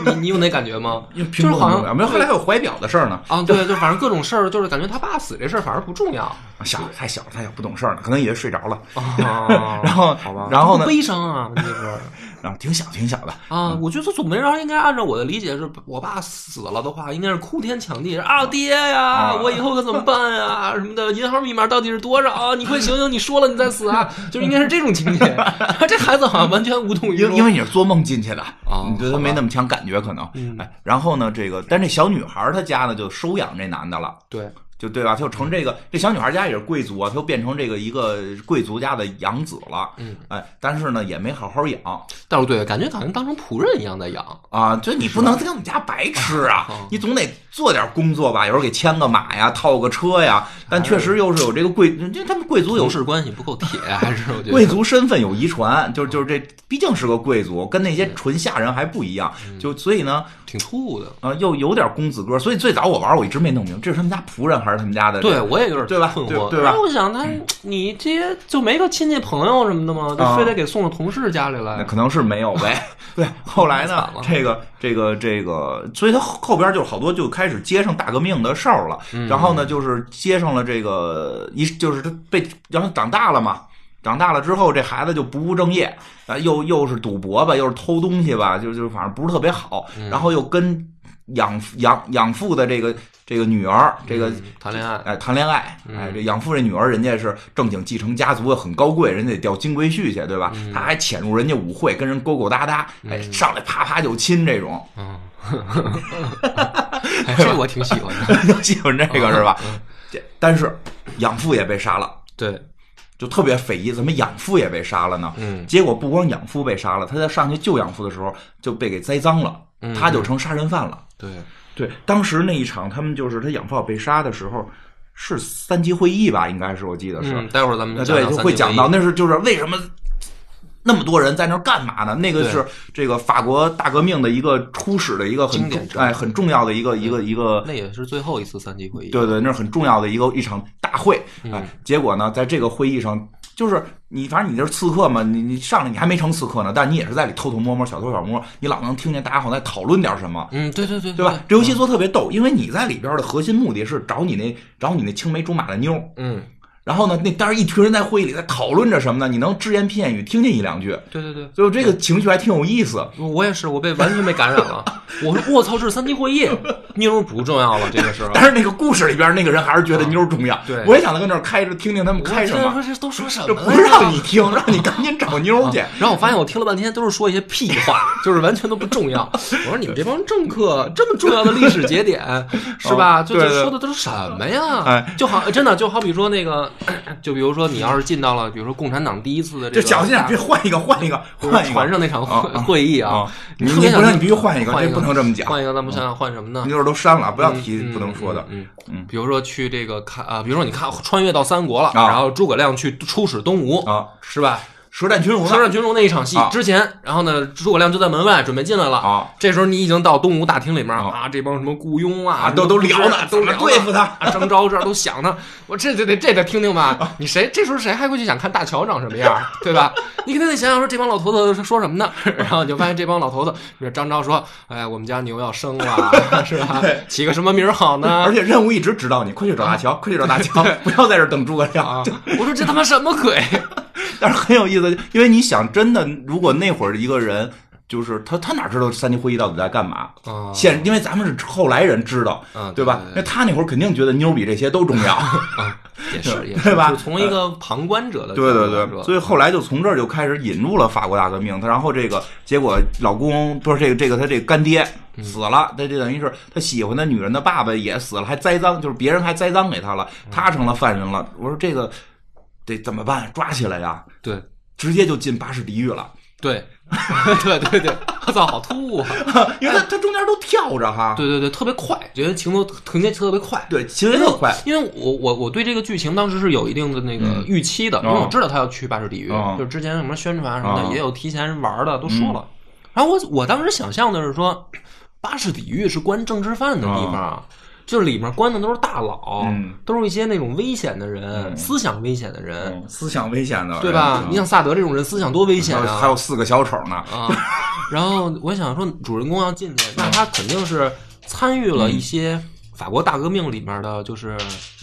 S2: 你你有那感觉吗？
S1: 啊因为
S2: 就
S1: 苹
S2: 是
S1: 果
S2: 好
S1: 很
S2: 像
S1: 重要没有，后来还有怀表的事儿呢，
S2: 啊，对，就反正各种事儿，就是感觉他爸死这事儿反而不 重要。
S1: 啊小太小太小不懂事儿呢，可能也是睡着了，
S2: 啊
S1: 然后
S2: 好吧，
S1: 然后呢
S2: 不悲伤啊，问题是。
S1: 然后挺小挺小的，
S2: 啊，我觉得总没人应该按照我的理解是，我爸死了的话，应该是哭天抢地啊，爹呀，
S1: 啊
S2: 我以后可怎么办 呀？什么的，银行密码到底是多少啊？你快醒醒，你说了你再死 啊，就是应该是这种情节。 这孩子好像完全无动于
S1: 因
S2: 衷，
S1: 因为你是做梦进去的，
S2: 哦
S1: 你觉得没那么强感觉可能。
S2: 嗯
S1: 哎，然后呢，这个但这小女孩儿她家呢就收养这男的了，
S2: 对，
S1: 就对吧？她就成这个这小女孩家也是贵族啊，她就变成这个一个贵族家的养子了。
S2: 嗯，
S1: 哎，但是呢也没好好养
S2: 但是对，感觉好像当成仆人一样在养。
S1: 啊，就你不能跟我们家白吃 啊
S2: 哦，
S1: 你总得做点工作吧，有时候给牵个马呀，套个车呀。但确实又是有这个贵，因为他们贵族有
S2: 同事关系不够铁，还是我觉
S1: 贵
S2: 得
S1: 族身份有遗传，就是就是这毕竟是个贵族，跟那些纯下人还不一样。就所以呢。
S2: 挺怵的。
S1: 啊，又有点公子哥，所以最早我玩我一直没弄明白，这是他们家仆人还是他们家的？
S2: 对，，我也有点
S1: 对吧
S2: 困
S1: 对
S2: 惑。
S1: 对吧
S2: 然后我想，他你这些就没个亲戚朋友什么的吗？就
S1: 啊
S2: 非得给送到同事家里
S1: 那
S2: 来？
S1: 可能是没有 呗。对，后来呢
S2: 惨了，
S1: 这个这个这个，所以他后后边就好多就开始接上大革命的事儿了。
S2: 嗯
S1: 然后呢，就是接上了这个一，就是他被，然后长大了嘛。长大了之后，这孩子就不务正业，啊，又又是赌博吧，又是偷东西吧，就就反正不是特别好。
S2: 嗯
S1: 然后又跟养养养父的这个这个女儿，这个
S2: 嗯谈恋爱，
S1: 哎，谈恋爱，哎，这养父这女儿，人家是正经继承家族，很高贵，人家得调金龟婿去，对吧？他还潜入人家舞会，跟人勾勾搭搭，哎，上来啪啪就亲，这种
S2: 嗯， 哎，这个我挺喜欢 的。
S1: 就喜欢这个是吧？这但是养父也被杀了，
S2: 对，
S1: 就特别匪夷，怎么养父也被杀了呢？
S2: 嗯
S1: 结果不光养父被杀了，他在上去救养父的时候就被给栽赃了，
S2: 嗯
S1: 他就成杀人犯了。
S2: 对，
S1: 嗯对，当时那一场，他们就是他养父被杀的时候，是三级会议吧？应该是我记得是。
S2: 嗯，待会儿咱们
S1: 啊，对，就会讲到那是就是为什么那么多人在那儿干嘛呢？那个
S2: 对
S1: 是这个法国大革命的一个初始的一个
S2: 经
S1: 很重
S2: 典之嗯
S1: 哎很重要的一个一个一个
S2: 那也是最后一次三级会议。，
S1: 对对，那是很重要的一个一场大会。
S2: 嗯
S1: 哎，结果呢，在这个会议上，就是你反正你就是刺客嘛，你你上来你还没成刺客呢，但你也是在里偷偷摸摸、小偷小摸，你老能听见大家好像在讨论点什么。
S2: 嗯，对对对，
S1: 对吧？？这游戏做得特别逗，因为你在里边的核心目的是找你那找你那青梅竹马的妞儿，
S2: 嗯，
S1: 然后呢，那当时一群人在会议里在讨论着什么呢？你能只言片语听见一两句，
S2: 对对对，
S1: 所以这个情绪还挺有意思。
S2: 我也是，我被完全被感染了。我说我 操，这是三级会 议，妞儿不重要了，这个时候。
S1: 但是那个故事里边那个人还是觉得妞儿重要。
S2: 啊对
S1: 我也想在跟那儿开着听听他们 开什
S2: 我
S1: 么，
S2: 说这都啊说什
S1: 这
S2: 么
S1: 不
S2: 了呀？
S1: 让你听，让你赶紧找妞儿去。
S2: 然后我发现我听了半天都是说一些屁话，就是完全都不重要。我说你们这帮政客这么重要的历史节点，是吧？
S1: 哦
S2: 就
S1: 对
S2: 这
S1: 对
S2: 说的都是什么呀？
S1: 哎
S2: 就好真的就好比说那个， 就比如说你要是进到了，比如说共产党第一次的这
S1: 就
S2: 个
S1: 小心点，别换一个，换一个，
S2: 就是
S1: 换一个。
S2: 船上那场会
S1: 啊啊
S2: 会议啊
S1: 啊，，你
S2: 特别
S1: 你
S2: 想
S1: 不行，你必须换一个，
S2: 换一
S1: 这
S2: 个
S1: 不能这么讲。嗯
S2: 换一个，咱们想想换什么呢？
S1: 妞儿都删了，不要提
S2: 嗯
S1: 不能说的。
S2: 嗯，嗯
S1: 嗯
S2: 比如说去这个看啊，比如说你看穿越到三国了，
S1: 啊
S2: 然后诸葛亮去出使东吴，
S1: 啊，
S2: 是吧？
S1: 舌战群儒
S2: 嗯舌
S1: 呢？
S2: 战群儒那一场戏
S1: 啊
S2: 之前，然后呢，诸葛亮就在门外准备进来了。
S1: 啊
S2: 这时候你已经到东吴大厅里面
S1: 啊
S2: 啊，这帮什么雇佣啊，
S1: 啊，都都聊呢，
S2: 都
S1: 怎么
S2: 聊
S1: 对付他。
S2: 啊，征召这儿都想呢，我这这得这得听听
S1: 哦
S2: 吧。你谁这时候谁还会去想看大乔长什么样儿，对吧？你肯定得想想说这帮老头子说说什么呢？ 然后你就发现这帮老头子，比如张昭说：“哎，我们家牛要生了， 是吧？起个什么名儿好呢
S1: 而且任务一直指导你，快去找大乔，快去找大乔，不要在这儿等诸葛？”亮
S2: 啊。，我说 这他妈什么鬼？
S1: 但是很有意思，因为你想，真的，如果那会儿一个人就是他他哪知道三级会议到底在干嘛？
S2: 啊，
S1: 现因为咱们是后来人知道，
S2: 啊，
S1: 对吧？那他那会儿肯定觉得妞比这些都重 要，
S2: 也是，也 是，
S1: 对吧
S2: 就从一个旁观者的角
S1: 对
S2: 度
S1: 对
S2: 来
S1: 对，
S2: 说，
S1: 所以后来就从这儿就开始引入了法国大革命。他然后这个结果，老公不是这个这个他这个干爹死了，他这等于是他喜欢的女人的爸爸也死了，还栽赃，就是别人还栽赃给他了，他成了犯人了。我说这个得怎么办？抓起来呀！
S2: 对
S1: 直接就进巴士底狱了，
S2: 对对对对，我操，好突兀啊！
S1: 因为他他中间都跳着哈，
S2: 对对对，特别快，觉得情奏情节特别快。
S1: 对，哎其实特快，
S2: 因为我我我对这个剧情当时是有一定的那个预期的，
S1: 嗯
S2: 因为我知道他要去巴士底狱，
S1: 哦
S2: 就是之前什么宣传什么
S1: 哦嗯
S2: 的也有提前玩的都说了。然后我我当时想象的是说，巴士底狱是关政治犯的地方啊，就是里面关的都是大佬，
S1: 哦嗯
S2: 都是一些那种危险的人，
S1: 嗯
S2: 思想危险的人，
S1: 嗯思想危险的，
S2: 对吧？
S1: 嗯
S2: 你想萨德这种人思想多危险
S1: 还有
S2: 啊！
S1: 还有四个小丑呢，
S2: 啊， 然后我想说，主人公要进去，那他肯定是参与了一些法国大革命里面的就是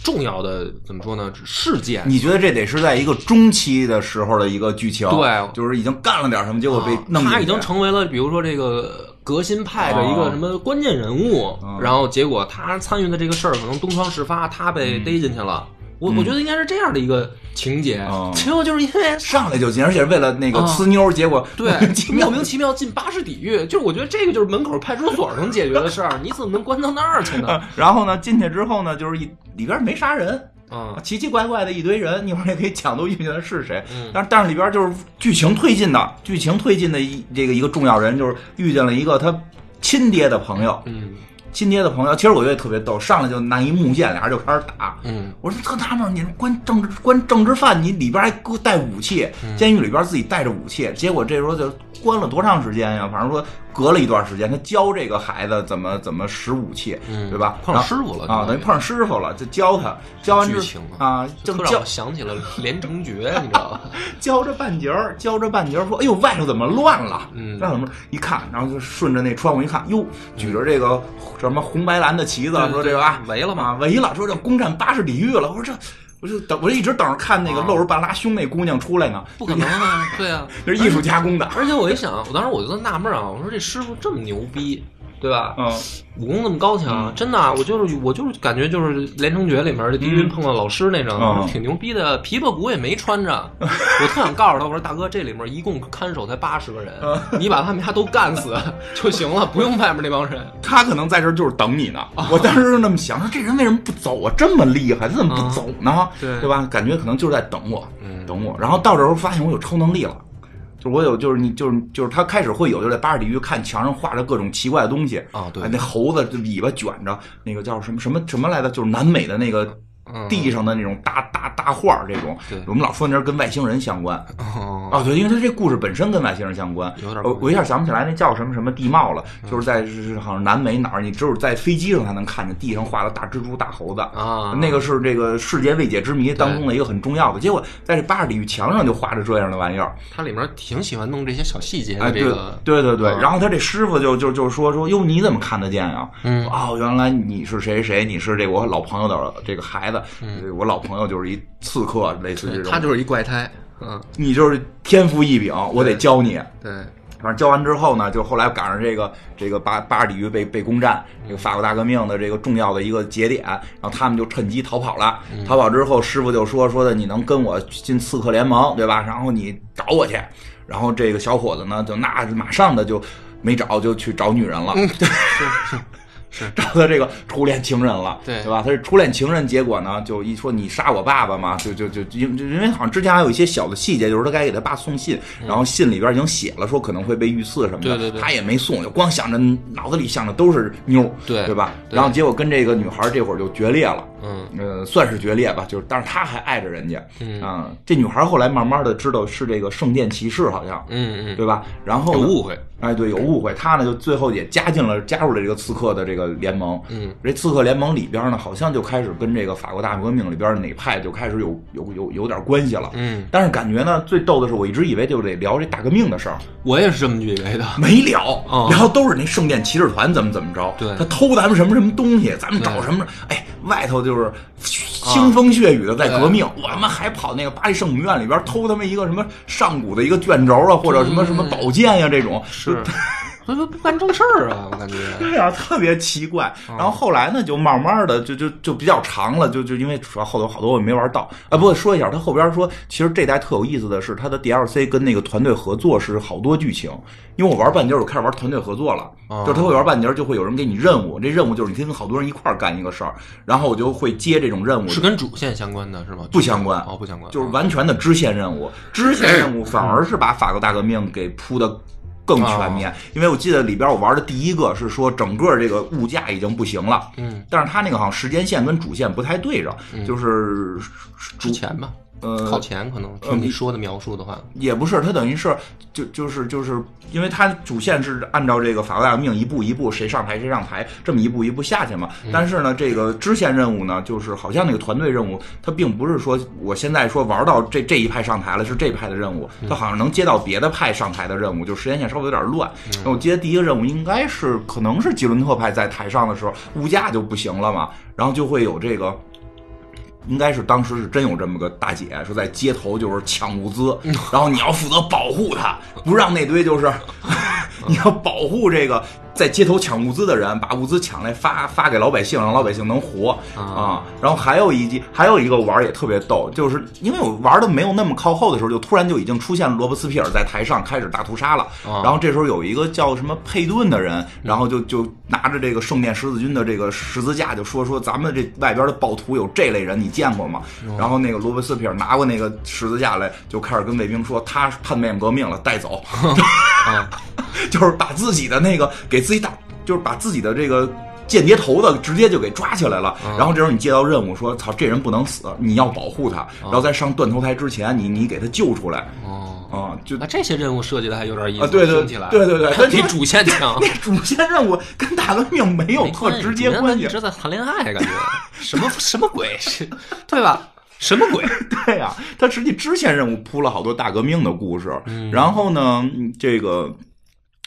S2: 重要的怎么说呢事件。
S1: 你觉得这得是在一个中期的时候的一个剧情？
S2: 对啊
S1: 就是已经干了点什么，结果被弄进去、哦
S2: 他已经成为了，比如说这个革新派的一个什么关键人物，
S1: 嗯
S2: 然后结果他参与的这个事儿可能东窗事发，他被
S1: 嗯
S2: 逮进去了。我我觉得应该是这样的一个情节
S1: 哦，
S2: 结果就是 因为
S1: 上来就进，而且为了那个
S2: 啊
S1: 呲妞，结果
S2: 对
S1: 莫名其，妙
S2: 莫名其妙进巴士底狱，就是我觉得这个就是门口派出所能解决的事儿，你怎么能关到那儿去 呢？
S1: 然后呢，进去之后呢，就是一里边没啥人，
S2: 嗯，
S1: 奇奇怪怪的一堆人，一会儿也可以讲都遇见的是谁。但是但是里边就是剧情推进的，剧情推进的一这个一个重要人就是遇见了一个他亲爹的朋友，
S2: 嗯
S1: 亲爹的朋友，其实我觉得特别逗，上来就拿一木剑，俩人就开始打。
S2: 嗯
S1: 我说特纳闷儿，你是关政治关政治犯，你里边还给我带武器，
S2: 嗯
S1: 监狱里边自己带着武器，结果这时候就关了多长时间呀？反正说隔了一段时间，他教这个孩子怎么怎么使武器，
S2: 嗯
S1: 对吧？
S2: 碰上师傅了
S1: 啊，等于碰上师傅了，就教他，教完之
S2: 剧情
S1: 啊，
S2: 就
S1: 正
S2: 特让
S1: 教
S2: 我想起了《连城诀》， 你知道吧？
S1: 教着半截儿，教着半截儿，说：“哎呦，外头怎么乱了？
S2: 嗯
S1: 外头怎么？”一看，然后就顺着那窗户一看，哟，举着这个什么红白蓝的旗子，
S2: 对对
S1: 说这个 啊
S2: 围了嘛
S1: 啊围了，说这攻占巴士底狱了。我说这，我就等，我就一直等着看那个
S2: 啊
S1: 露着半拉胸那姑娘出来呢，
S2: 不可能 啊，对啊。
S1: 这是艺术加工的，
S2: 而且我一想，我当时我就纳闷啊，我说这师傅这么牛逼，对吧？
S1: 嗯，
S2: 武功那么高强，真的啊，我就是我就是感觉就是《连城诀》里面这狄云碰到老师那种，
S1: 嗯
S2: 我说挺牛逼的，琵琶骨也没穿着。 我特想告诉他，我说大哥，这里面一共看守才八十个人，你把他们家都干死就行了，不用外面那帮人。
S1: 他可能在这儿就是等你呢。
S2: 哦
S1: 我当时就那么想，说这人为什么不走啊？这么厉害，他怎么不走呢？
S2: 嗯对
S1: 对吧？感觉可能就是在等我，
S2: 嗯
S1: 等我。然后到这时候发现我有超能力了，就是我有，就是你，就是就是他开始会有，就在巴士底狱看墙上画着各种奇怪的东西
S2: 啊对
S1: 哎那猴子尾巴卷着，那个叫什么什么什么来着？就是南美的那个
S2: 嗯
S1: 地上的那种大大大画儿这种
S2: 对，
S1: 我们老说那是跟外星人相关。
S2: 哦
S1: 啊，对，因为他这故事本身跟外星人相关，
S2: 有点
S1: 我我一下想不起来那叫什么什么地貌了，
S2: 嗯
S1: 就是在是好像南美哪儿，你只有在飞机上才能看见地上画的大蜘蛛、大猴子
S2: 啊
S1: 那个是这个世界未解之谜当中的一个很重要的。结果在这巴士底狱墙上就画着这样的玩意儿，
S2: 它里面挺喜欢弄这些小细节
S1: 哎，
S2: 的
S1: 对
S2: 这个。
S1: 对对对，
S2: 啊
S1: 然后他这师傅就就就说说哟，你怎么看得见呀、
S2: 嗯
S1: 哦，原来你是谁谁，你是这个我老朋友的这个孩子，嗯、我老朋友就是一刺客，类似于这种，
S2: 他就是一怪胎，嗯，
S1: 你就是天赋异禀，我得教你。
S2: 对，
S1: 反正教完之后呢，就后来赶上这个这个巴巴尔底狱被被攻占，这个法国大革命的这个重要的一个节点，然后他们就趁机逃跑了。
S2: 嗯
S1: 逃跑之后，师傅就说说的你能跟我进刺客联盟，对吧？然后你找我去。然后这个小伙子呢，就那马上的就没找，就去找女人了。
S2: 嗯
S1: 找他这个初恋情人了，
S2: 对
S1: 吧？他是初恋情人，结果呢，就一说你杀我爸爸嘛，就就就因因为好像之前还有一些小的细节，就是他该给他爸送信，然后信里边已经写了说可能会被遇刺什么的，
S2: 嗯对对对
S1: 他也没送，就光想着脑子里想的都是妞，
S2: 对
S1: 对吧？
S2: 对
S1: 然后结果跟这个女孩这会儿就决裂了。
S2: 嗯，
S1: 呃，算是决裂吧，就是，但是他还爱着人家，
S2: 嗯
S1: 啊、这女孩后来慢慢的知道是这个圣殿骑士，好像，
S2: 嗯嗯，
S1: 对吧？然后
S2: 有
S1: 呢
S2: 误会，
S1: 哎，对，有误会。他呢，就最后也加进了加入了这个刺客的这个联盟。
S2: 嗯，
S1: 这刺客联盟里边呢，好像就开始跟这个法国大革命里边哪派就开始有有有有点关系了。
S2: 嗯，
S1: 但是感觉呢，最逗的是，我一直以为就得聊这大革命的事儿，
S2: 我也是这么以为的。
S1: 没聊，
S2: 哦
S1: 然后都是那圣殿骑士团怎么怎么着，
S2: 对
S1: 他偷咱们什么什么东西，咱们找
S2: 对啊
S1: 什么，哎，外头就是腥风血雨的在革命，我他妈还跑那个巴黎圣母院里边偷他们一个什么上古的一个卷轴啊，或者什么什么宝剑呀、这种，
S2: 嗯 是，不不不干正事儿啊，我感觉。
S1: 对啊，特别奇怪。然后后来呢，就慢慢的就就就比较长了，就就因为主要后头好多我没玩到啊。不过说一下，他后边说，其实这代特有意思的是，他的 DLC 跟那个团队合作是好多剧情。因为我玩半截儿，我开始玩团队合作了，
S2: 哦
S1: 就是他会玩半截儿，就会有人给你任务，这任务就是你可以跟好多人一块儿干一个事儿，然后我就会接这种任务，
S2: 是跟主线相关的是吗？
S1: 不相关
S2: 哦，不相关，
S1: 就是完全的支线任务，支线任务反而是把法国大革命给铺的。更全面，因为我记得里边我玩的第一个是说整个这个物价已经不行了，
S2: 嗯，
S1: 但是它那个好像时间线跟主线不太对着，就是主
S2: 之前吧，
S1: 呃
S2: 嗯靠前可能听你说的描述的话，
S1: 也不是，它等于是就就是就是，因为它主线是按照这个法国大革命一步一步谁上台谁上台这么一步一步下去嘛。
S2: 嗯
S1: 但是呢，这个支线任务呢，就是好像那个团队任务，它并不是说我现在说玩到这这一派上台了是这派的任务，
S2: 嗯
S1: 它好像能接到别的派上台的任务，就时间线稍微有点乱。
S2: 嗯
S1: 那我记得第一个任务应该是可能是吉伦特派在台上的时候，物价就不行了嘛，然后就会有这个。应该是当时是真有这么个大姐，说在街头就是抢物资，然后你要负责保护她，不让那堆就是 你要保护这个在街头抢物资的人，把物资抢来发发给老百姓，让老百姓能活啊。然后还有一集，还有一个玩儿也特别逗，就是因为我玩的没有那么靠后的时候，就突然就已经出现了罗伯斯皮尔在台上开始大屠杀了。
S2: 啊
S1: 然后这时候有一个叫什么佩顿的人，然后就就拿着这个圣殿十字军的这个十字架，就说说咱们这外边的暴徒有这类人，你见过吗？然后那个罗伯斯皮尔拿过那个十字架来，就开始跟卫兵说他叛变革命了，带走。
S2: 啊，
S1: 就是把自己的那个给自己打，就是把自己的这个间谍头子直接就给抓起来了。
S2: 啊
S1: 然后这时候你接到任务说，操，这人不能死，你要保护他。
S2: 啊
S1: 然后在上断头台之前，你你给他救出来
S2: 哦，
S1: 啊、就
S2: 那这些任务设计的还有点意思，
S1: 啊对对
S2: 听起来，
S1: 对对 对但是
S2: 比主线强
S1: 那。主线任务跟大革命没有
S2: 啊没
S1: 特
S2: 关系
S1: 直接
S2: 你跟他
S1: 关系
S2: 一。直在谈恋爱，感觉什么什么鬼，是对吧？什么鬼？
S1: 对呀、他实际支线任务铺了好多大革命的故事，然后呢，嗯这个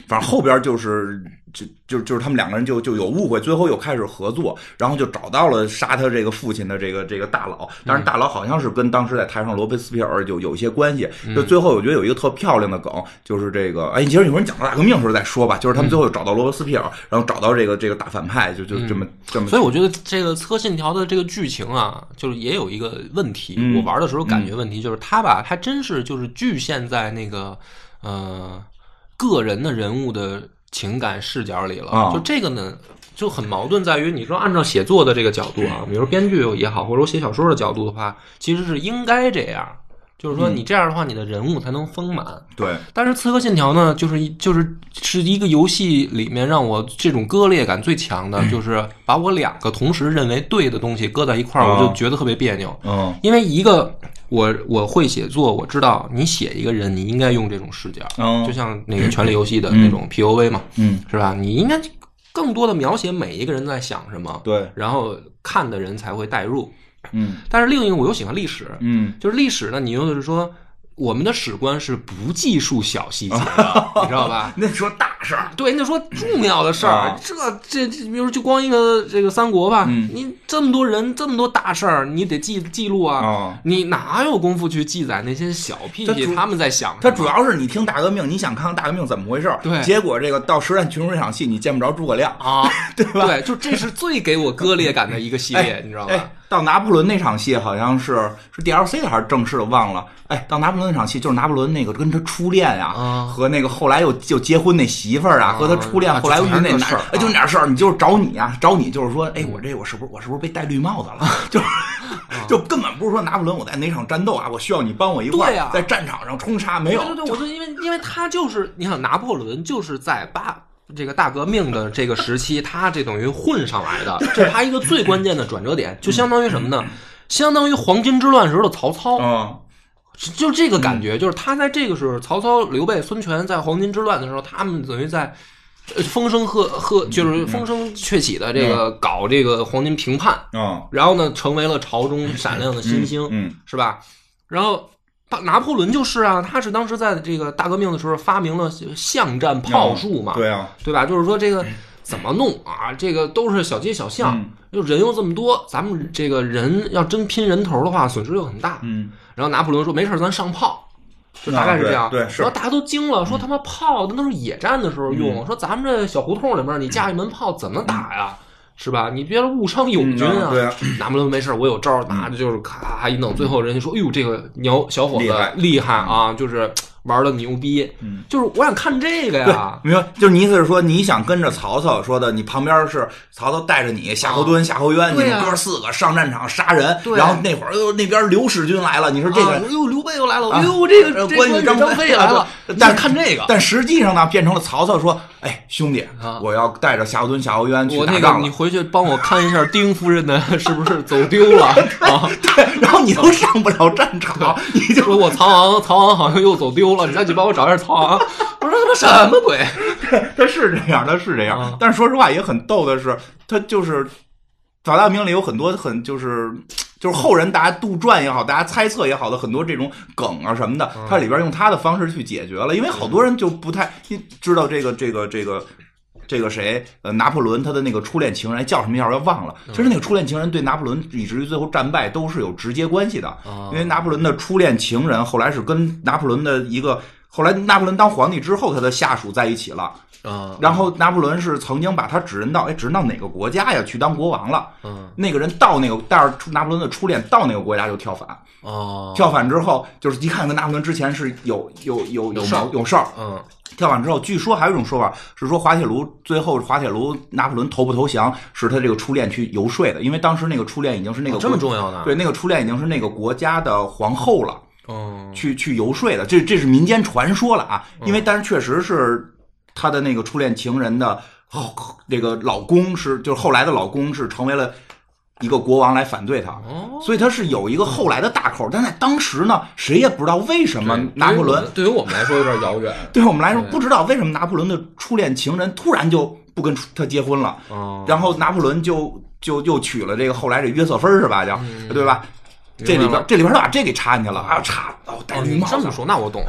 S1: 反正后边就是。就就就是他们两个人就就有误会，最后又开始合作，然后就找到了杀他这个父亲的这个这个大佬，当
S2: 嗯
S1: 然大佬好像是跟当时在台上罗贝斯皮尔有有一些关系。
S2: 嗯
S1: 就最后我觉得有一个特漂亮的梗，就是这个哎，其实一会儿你讲到大革命的时候再说吧，就是他们
S2: 嗯
S1: 最后又找到罗伯斯皮尔，然后找到这个这个大反派，就就这么、这么
S2: 所以我觉得这个《刺客信条》的这个剧情啊，就是也有一个问题。
S1: 嗯
S2: 我玩的时候感觉问题就是，他吧，他真是就是局限在那个呃个人的人物的情感视角里了。
S1: 啊
S2: 就这个呢，就很矛盾，在于你说按照写作的这个角度啊，比如说编剧也好，或者我写小说的角度的话，其实是应该这样。就是
S1: 嗯
S2: 说，你这样的话，你的人物才能丰满。
S1: 对，
S2: 但是《刺客信条》呢，就是一就是是一个游戏里面让我这种割裂感最强的，就是把我两个同时认为对的东西搁在一块儿，
S1: 啊
S2: 我就觉得特别别扭。
S1: 嗯
S2: 因为一个我我会写作，我知道你写一个人，你应该用这种视角，就
S1: 嗯
S2: 像那个权力游戏的那种 POV 嘛，
S1: 嗯，
S2: 是吧？你应该更多的描写每一个人在想什么，
S1: 对，
S2: 然后看的人才会代入。
S1: 嗯
S2: 但是另一个我又喜欢历史，
S1: 嗯
S2: 就是历史呢，你又是说我们的史观是不计数小细节 的，你知道吧？
S1: 那说大事儿，
S2: 对，那说重要的事儿
S1: 啊，
S2: 这这这，比如就光一个这个三国吧，
S1: 嗯
S2: 你这么多人，这么多大事儿，你得记记录啊，
S1: 啊
S2: 你哪有功夫去记载那些小屁
S1: 它
S2: 屁
S1: 主
S2: 他们在想
S1: 它
S2: 什么？
S1: 主要是你听大革命，你想看看大革命怎么回事儿，
S2: 对
S1: 结果这个到实战群众这场戏，你见不着诸葛亮，
S2: 啊，对吧？对，就这是最给我割裂感的一个系列，你知道吧
S1: 哎？，到拿破仑那场戏好像是是 DLC 的还是正式的忘了。哎，到拿破仑那场戏就是拿破仑那个跟他初恋呀、
S2: 啊
S1: 和那个后来又又结婚那媳妇儿啊，
S2: 啊
S1: 和他初恋
S2: 啊
S1: 后来又遇那
S2: 就全是
S1: 男
S2: 事儿
S1: 哎，
S2: 啊
S1: 就那点事儿，你就是找你啊，找你就是说，哎，我这我是不是我是不是被戴绿帽子了？ 就是。
S2: 啊
S1: 就根本不是说拿破仑我在哪场战斗啊，我需要你帮我一块
S2: 对
S1: 儿
S2: 呀
S1: 在战场上冲杀，没有
S2: 对对对，我就因为因为他就是你想拿破仑就是在八这个大革命的这个时期， 他这等于混上 来的，这是他一个最关键的转折
S1: 嗯
S2: 点，就相当于什么呢？相当于黄巾之乱时候的曹操，
S1: 嗯，
S2: 就这个感觉，就是他在这个时候，曹操、刘备、孙权在黄巾之乱的时候，他们等于在。呃风声鹤鹤
S1: 嗯
S2: 就是风声鹊起的这个搞这个黄巾平叛，
S1: 嗯
S2: 然后呢，成为了朝中闪亮的新星。
S1: 嗯，
S2: 是吧？然后大拿破仑就是啊，他是当时在这个大革命的时候发明了巷战炮术嘛，
S1: 对啊，
S2: 对吧？就是说这个怎么弄啊？这个都是小街小巷
S1: 嗯，
S2: 又人又这么多，咱们这个人要真拼人头的话，损失又很大。
S1: 嗯，
S2: 然后拿破仑说：“没事儿，咱上炮。”就大概是这样，
S1: 啊对对是
S2: 然后大家都惊了，说他妈炮那都是野战的时候用，
S1: 嗯
S2: 说咱们这小胡同里面你架一门炮怎么打呀？是吧？你别误伤友军
S1: 嗯啊对啊 嗯
S2: 拿破仑没事儿，我有招儿，拿着就是咔咔咔一弄，最后人家说：“哎呦，这个鸟小伙子
S1: 厉害
S2: 厉害啊，就是玩的牛逼。”
S1: 嗯，
S2: 就是我想看这个呀。啊
S1: 没有，就是你意思是说，你想跟着曹操说的，你旁边是曹操带着你夏侯惇、夏侯渊，你
S2: 啊对呀
S1: 们哥四个上战场杀人，
S2: 对
S1: 然后那会儿又那边刘世军来了，你说这
S2: 啊
S1: 个，
S2: 哟，刘备又来了，
S1: 啊
S2: 哟，这个
S1: 呃
S2: 这
S1: 关羽
S2: 羽
S1: 张
S2: 张
S1: 飞
S2: 飞来了
S1: 啊，对
S2: 你
S1: 但
S2: 想看这个。
S1: 但实际上呢，变成了曹操说，哎，兄弟
S2: 啊，
S1: 我要带着夏侯惇、夏侯 渊去
S2: 我
S1: 打
S2: 那
S1: 仗
S2: 个，
S1: 了
S2: 你，回去帮我看一下丁夫人的 是不是走丢 了啊？
S1: 对，然后你都上不了战场，你就
S2: 说我曹昂，曹昂好像又走丢了，你再去帮我找一下曹昂。我说他妈什么鬼？
S1: 他是这样，他是这样。
S2: 啊
S1: 但是说实话也很逗的是，他就是《早大明》里有很多很就是就是后人大家杜撰也好，大家猜测也好的很多这种梗啊什么的，他里边用他的方式去解决了，因为好多人就不太知道这个这个这个。这个谁，呃，拿破仑他的那个初恋情人哎叫什么样儿，我也忘了。其实那个初恋情人对拿破仑以至于最后战败都是有直接关系的，
S2: 啊
S1: 因为拿破仑的初恋情人后来是跟拿破仑的一个，后来拿破仑当皇帝之后，他的下属在一起了，
S2: 啊，
S1: 然后拿破仑是曾经把他指认到，哎，指认到哪个国家呀？去当国王了。
S2: 嗯
S1: 那个人到那个带着拿破仑的初恋到那个国家就跳反，
S2: 哦，
S1: 跳反之后就是一看跟拿破仑之前是有有有
S2: 有
S1: 事儿
S2: 毛
S1: 有事儿。
S2: 嗯
S1: 跳反之后，据说还有一种说法是说滑铁卢最后滑铁卢拿破仑投不投降是他这个初恋去游说的，因为当时那个初恋已经是那个
S2: 哦这么
S1: 国
S2: 重啊要呢？
S1: 对那个初恋已经是那个国家的皇后了。
S2: 嗯，
S1: 去去游说的，这这是民间传说了啊，因为但是确实是他的那个初恋情人的后那个老公是，就是后来的老公是成为了一个国王来反对他，
S2: 哦，
S1: 所以他是有一个后来的大口，但在当时呢，谁也不知道为什么拿破仑
S2: 对于我们来说有点遥远。
S1: 对我们来说不知道为什么拿破仑的初恋情人突然就不跟他结婚了，
S2: 哦，
S1: 然后拿破仑就就又娶了这个后来这约瑟芬儿是吧？叫对吧？这里
S2: 嗯明白
S1: 边
S2: 了
S1: 这里边他把这给插进去了啊，插哦戴
S2: 哦，
S1: 绿
S2: 你
S1: 帽
S2: 这
S1: 子
S2: 么。说，那我懂了。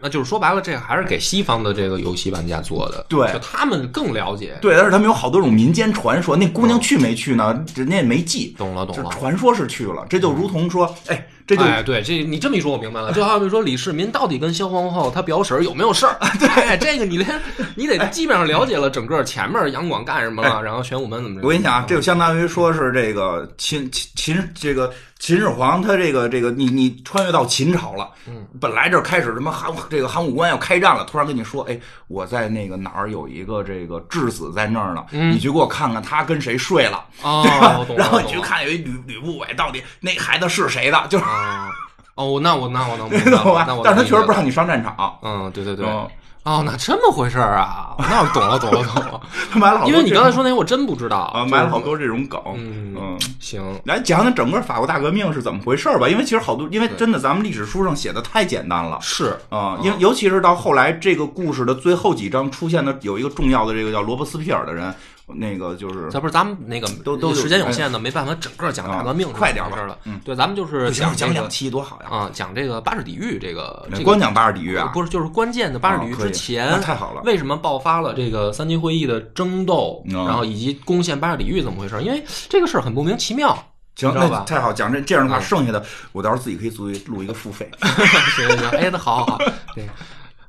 S2: 那就是说白了，这个还是给西方的这个游戏玩家做的，
S1: 对
S2: 就他们更了解。
S1: 对，但是他们有好多种民间传说，那姑娘去没去呢？人家也没记，
S2: 懂了，懂
S1: 就是
S2: 了。
S1: 传说是去了，这就如同说，哎，这就
S2: 哎，对，这你这么一说，我明白了。就好比说李世民到底跟萧皇后她表婶儿有没有事
S1: 啊
S2: 儿？对、这个你连你得基本上了解了整个前面杨广干什么了，然后玄武门怎么着。
S1: 哎我跟你讲啊，这就相当于说是这个秦秦秦这个秦始皇他这个这个你你穿越到秦朝了，嗯，本来这开始什么函这个函武关要开战了，突然跟你说，哎，我在那个哪儿有一个这个质子在那儿呢，你去给我看看他跟谁睡了，
S2: 嗯哦
S1: 对吧
S2: 我懂了
S1: 然后你
S2: 懂
S1: 去
S2: 了
S1: 看有一吕吕不韦到底那孩子是谁的，就是
S2: 啊，哦，那我那我能明白
S1: 你
S2: 了，
S1: 懂吧
S2: 那？我
S1: 但是他
S2: 能
S1: 确实不
S2: 明白了
S1: 让你上战场，
S2: 嗯，对对对。
S1: 嗯
S2: 哦，那这么回事儿啊？那我懂了，懂了，懂了。
S1: 他 买了好多
S2: 因为你
S1: 这
S2: 刚
S1: 种
S2: 才说那些，我真不知道
S1: 啊，
S2: 就是
S1: 买了好多这种梗，
S2: 嗯
S1: 嗯。
S2: 行，
S1: 来讲讲整个法国大革命是怎么回事儿吧，因为其实好多，因为真的咱们历史书上写的太简单了
S2: 是
S1: 啊，因、尤其是到后来这个故事的最后几章出现的有一个重要的这个叫罗伯斯庇尔的人，那个就是
S2: 咱不是咱们那个
S1: 都都有哎
S2: 时间有限的，没办法整个讲大革命
S1: 啊
S2: 是
S1: 快点
S2: 怎
S1: 吧
S2: 么回事儿了。嗯，对，咱们就是
S1: 讲
S2: 这
S1: 讲
S2: 个
S1: 两期多好呀，
S2: 啊，讲这个巴士底狱这个这个
S1: 光讲巴尔底狱啊，
S2: 呃不是，就是关键的巴士底狱
S1: 啊可以
S2: 之前、
S1: 那太好了
S2: 为什么爆发了这个三级会议的争斗，
S1: 嗯
S2: 然后以及攻陷巴士底狱怎么回事？因为这个事儿很莫名其妙。
S1: 行，
S2: 你知道
S1: 那
S2: 吧
S1: 太好，讲这这样的话，
S2: 嗯
S1: 剩下的我到时候自己可以录一录一个付 费，
S2: 行行行，哎，那好好好，对。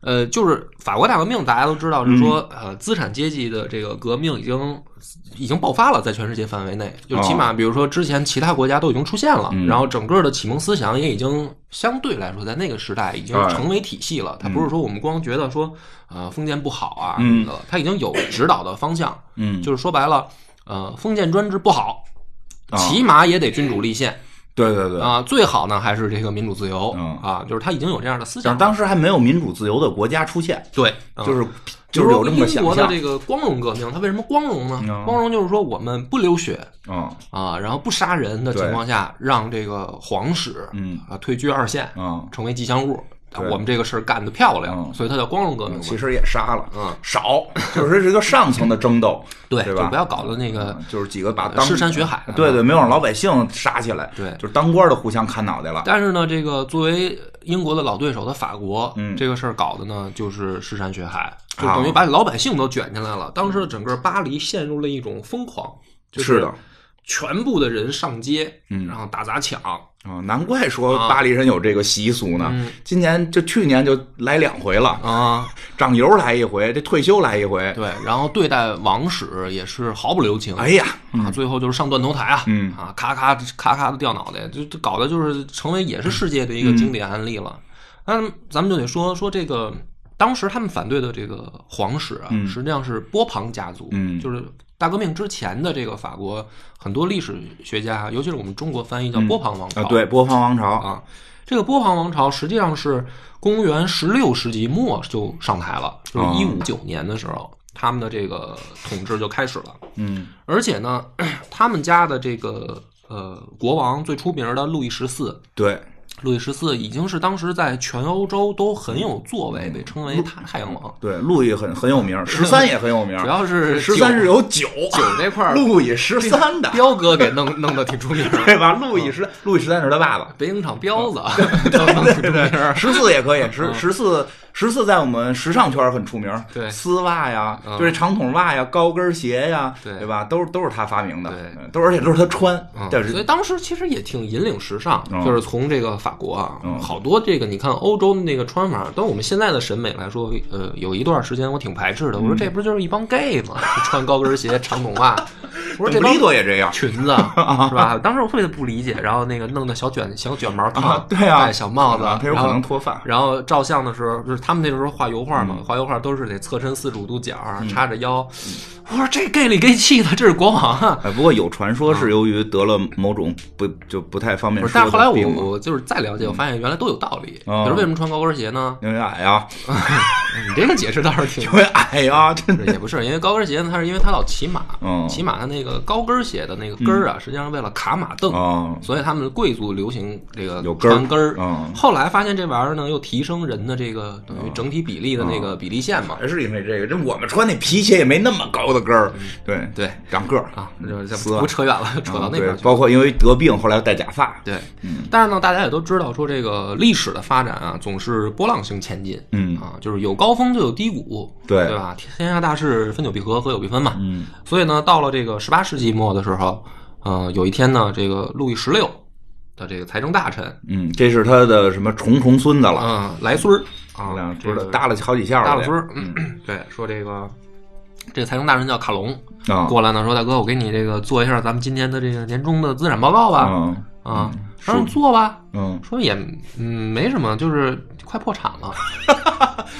S2: 呃，就是法国大革命，大家都知道是说，呃，资产阶级的这个革命已经已经爆发了，在全世界范围内，就起码比如说之前其他国家都已经出现了，
S1: 嗯
S2: 然后整个的启蒙思想也已经相对来说在那个时代已经成为体系了。它不是说我们光觉得说，呃，封建不好啊什么的，它已经有指导的方向，
S1: 嗯，
S2: 就是说白了，呃，封建专制不好，
S1: 啊
S2: 起码也得君主立宪
S1: 对对对。
S2: 啊，最好呢还是这个民主自由
S1: 嗯
S2: 啊，就是他已经有这样的思
S1: 但
S2: 想
S1: 是
S2: 了。
S1: 当时还没有民主自由的国家出现，
S2: 对，
S1: 就是是就是有这么个
S2: 啊英
S1: 想
S2: 国的
S1: 象，
S2: 这个光荣革命，它为什么光荣呢
S1: 嗯？
S2: 光荣就是说我们不流血
S1: 嗯
S2: 啊，然后不杀人的情况下，让这个皇室
S1: 嗯
S2: 啊退居二线，
S1: 嗯，
S2: 成为吉祥物。啊
S1: 对
S2: 我们这个事儿干得漂亮，
S1: 嗯
S2: 所以它叫光荣革命嘛。
S1: 其实也杀了，
S2: 嗯，
S1: 少，就是这个上层的争斗，
S2: 对，
S1: 对
S2: 就
S1: 吧
S2: 不要搞得那个
S1: 嗯就是几个把当
S2: 尸山血海的
S1: 对对，没有让老百姓杀起来，
S2: 对
S1: 就是当官的互相砍脑袋了，
S2: 但是呢，这个作为英国的老对手的法国，
S1: 嗯啊
S2: 这个事儿搞的呢，就是尸山血海。就等于把老百姓都卷进来了。当时整个巴黎陷入了一种疯狂，就是
S1: 的，
S2: 全部的人上街，
S1: 嗯
S2: 然后打砸抢，
S1: 啊，难怪说巴黎人有这个习俗呢。
S2: 嗯
S1: 今年就去年就来两回了，
S2: 啊，
S1: 长油来一回，这退休来一回。
S2: 对，然后对待王室也是毫不留情，
S1: 哎呀，
S2: 啊，最后就是上断头台啊，
S1: 嗯
S2: 啊，咔咔咔咔的掉脑袋，就就搞得就是成为也是世界的
S1: 嗯
S2: 一个经典案例了。那、咱们就得说说这个，当时他们反对的这个皇室啊，
S1: 嗯
S2: 实际上是波旁家族，
S1: 嗯
S2: 就是大革命之前的这个法国很多历史学家，啊尤其是我们中国翻译叫波旁王朝，
S1: 啊，对，波旁王朝，
S2: 啊。这个波旁王朝实际上是公元十六世纪末就上台了，就是
S1: 哦
S2: 一五九年的时候，他们的这个统治就开始了。
S1: 嗯
S2: 而且呢， 他们家的这个呃国王最出名的路易十四，
S1: 对，
S2: 路易十四已经是当时在全欧洲都很有作为，被称
S1: 嗯
S2: 为太太阳王。
S1: 对，路易很很有名，十三也很有名
S2: 主，要是
S1: 十三
S2: 酒
S1: 是有酒，
S2: 酒这 块儿，
S1: 路易十三的，
S2: 彪哥给弄弄得挺出名 儿，
S1: 对吧？路易
S2: 啊
S1: 十路易十三是他爸爸。
S2: 北影厂彪子都弄得挺出名儿。
S1: 十四也可以，十十四十四在我们时尚圈很出名，
S2: 嗯对
S1: 丝袜呀，
S2: 嗯
S1: 就这长筒袜呀、高跟鞋呀，
S2: 对
S1: 对吧？都是都是他发明的
S2: 对，
S1: 嗯都是而且都是他穿，
S2: 嗯
S1: 但
S2: 所以
S1: 是
S2: 当时其实也挺引领时尚，
S1: 嗯
S2: 就是从这个法国啊，
S1: 嗯
S2: 好多这个你看欧洲的那个穿法，对我们现在的审美来说，呃，有一段时间我挺排斥
S1: 嗯
S2: 的。我说这不就是一帮 gay 吗？ 穿高跟鞋、长筒 袜，我说这
S1: 董
S2: 帮
S1: 利多也这样，
S2: 裙子是吧？当时我特别不理解，然后那个弄的小卷小卷毛烫、
S1: 啊对啊
S2: 戴小帽子，
S1: 啊他有
S2: 然
S1: 可
S2: 后
S1: 能脱发。
S2: 然后照相的时候，就是他们那时候画油画嘛，
S1: 嗯
S2: 画油画都是得侧身四十五度角，叉着腰。
S1: 嗯
S2: 我说这 gay 里 gay 气的，这是国王啊！
S1: 哎，不过有传说是由于得了某种不就不太方便
S2: 嗯不是，
S1: 说
S2: 但是后来
S1: 的
S2: 我
S1: 病嘛，
S2: 我就是再了解，我发现原来都有道理。
S1: 哦
S2: 比如为什么穿高跟鞋呢？嗯
S1: 因为矮呀，
S2: 你这个解释倒是挺
S1: 因为矮呀，真的
S2: 也不是，因为高跟鞋呢，它是因为它老骑马，
S1: 嗯
S2: 骑马它那个高跟鞋的那个跟儿啊，实际上是为了卡马镫，
S1: 哦
S2: 所以他们贵族流行这个
S1: 有跟儿
S2: 穿跟儿。
S1: 嗯
S2: 后来发现这玩意儿呢，又提升人的这个等于整体比例的那
S1: 嗯
S2: 个比例线嘛。
S1: 还是因为这个，这我们穿那皮鞋也没那么高的跟儿，对
S2: 嗯对，
S1: 长个儿嗯
S2: 啊，那就
S1: 丝袜
S2: 不扯远了， 扯
S1: 啊
S2: 到那
S1: 对
S2: 边去了。
S1: 包括因为得病，后来又戴假发，
S2: 对，但是呢，大家也都知道，说这个历史的发展啊，总是波浪性前进，
S1: 嗯
S2: 啊，就是有高峰就有低谷，
S1: 对
S2: 对吧？天天下大事，分久必合，合久必分嘛，嗯。所以呢，到了这个十八世纪末的时候，呃，有一天呢，这个路易十六的这个财政大臣，
S1: 嗯，这是他的什么重重孙子
S2: 嗯、
S1: 了，
S2: 莱孙儿
S1: 我
S2: 啊
S1: 俩，知道
S2: 这个
S1: 搭了好几下了
S2: 大老
S1: 得，
S2: 孙儿，嗯，对，说这个这个财政大臣叫卡隆，
S1: 啊，
S2: 过来呢，说大哥，我给你这个做一下咱们今天的这个年终的资产报告吧，
S1: 嗯
S2: 啊，他说你做吧。
S1: 嗯，
S2: 说也嗯没什么，就是快破产了，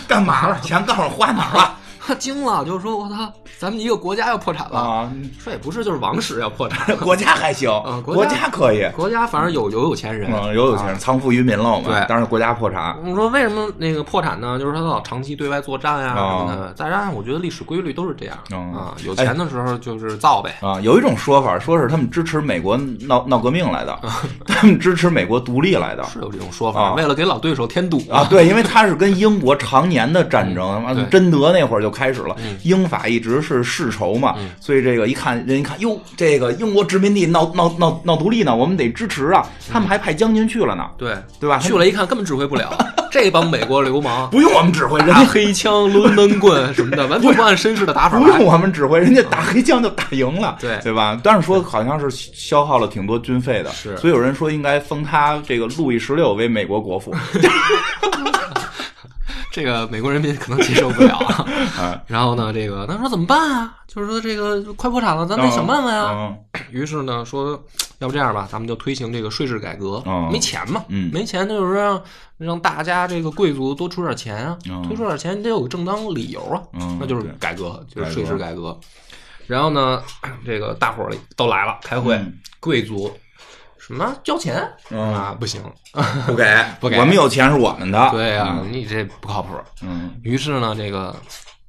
S1: 干嘛了？钱告诉我花哪儿了
S2: 他惊了，就是说我操，咱们一个国家要破产了，
S1: 啊？，
S2: 说也不是，就是王室要破产
S1: 国家还行
S2: 嗯，国
S1: 国
S2: 家
S1: 家可以，
S2: 国家反正有有有钱人。
S1: 嗯，有有钱人藏富于民了，我们
S2: 对
S1: 当然国家破产，
S2: 我们说为什么那个破产呢？就是他老长期对外作战呀、
S1: 哦
S2: 什么的。再加上我觉得历史规律都是这样
S1: 嗯
S2: 啊，有钱的时候就是造呗。
S1: 啊，有一种说法说是他们支持美国闹闹革命来的， 他们支持美国独立来的
S2: 嗯是有这种说法，
S1: 啊
S2: 为了给老对手添堵
S1: 啊，对，因为他是跟英国常年的战争，他妈
S2: 嗯对嗯
S1: 贞德那会儿就开始了，英法一直是世仇嘛，所以这个一看人一看，哟，这个英国殖民地闹闹闹闹独立呢，我们得支持啊，他们还派将军去了呢，
S2: 对
S1: 对吧？
S2: 嗯去了一看根本指挥 不了，这帮美国流氓
S1: 不用我们指挥，人
S2: 打
S1: 家
S2: 黑枪、抡闷棍什么的，完全不按绅士的打法
S1: 不
S2: 来
S1: 用。我们指挥，人家打黑将就打赢了，
S2: 对
S1: 对吧？但是说好像是消耗了挺多军费的，
S2: 是
S1: 所以有人说应该封他这个路易十六为美国国 父，
S2: 这个美国人民可能接受不了。
S1: 啊
S2: 然后呢，这个他说怎么办啊？就是说这个快破产了，咱得想办法呀、
S1: 嗯
S2: 于是呢，说要不这样吧，咱们就推行这个税制改革。
S1: 嗯
S2: 没钱嘛，
S1: 嗯
S2: 没钱就是让让大家这个贵族多出点钱啊，
S1: 嗯
S2: 多出点钱你得有个正当理由啊，
S1: 嗯
S2: 那就是
S1: 对
S2: 改革，就
S1: 改
S2: 是
S1: 革
S2: 税制改革。然后呢， 这个大伙儿都来了开会，
S1: 嗯
S2: 贵族什么交钱、
S1: 嗯
S2: 啊，不行，
S1: 不给，
S2: 不给
S1: 我们有钱是我们的，
S2: 对呀、你这不靠谱。
S1: 嗯
S2: 于是呢，这个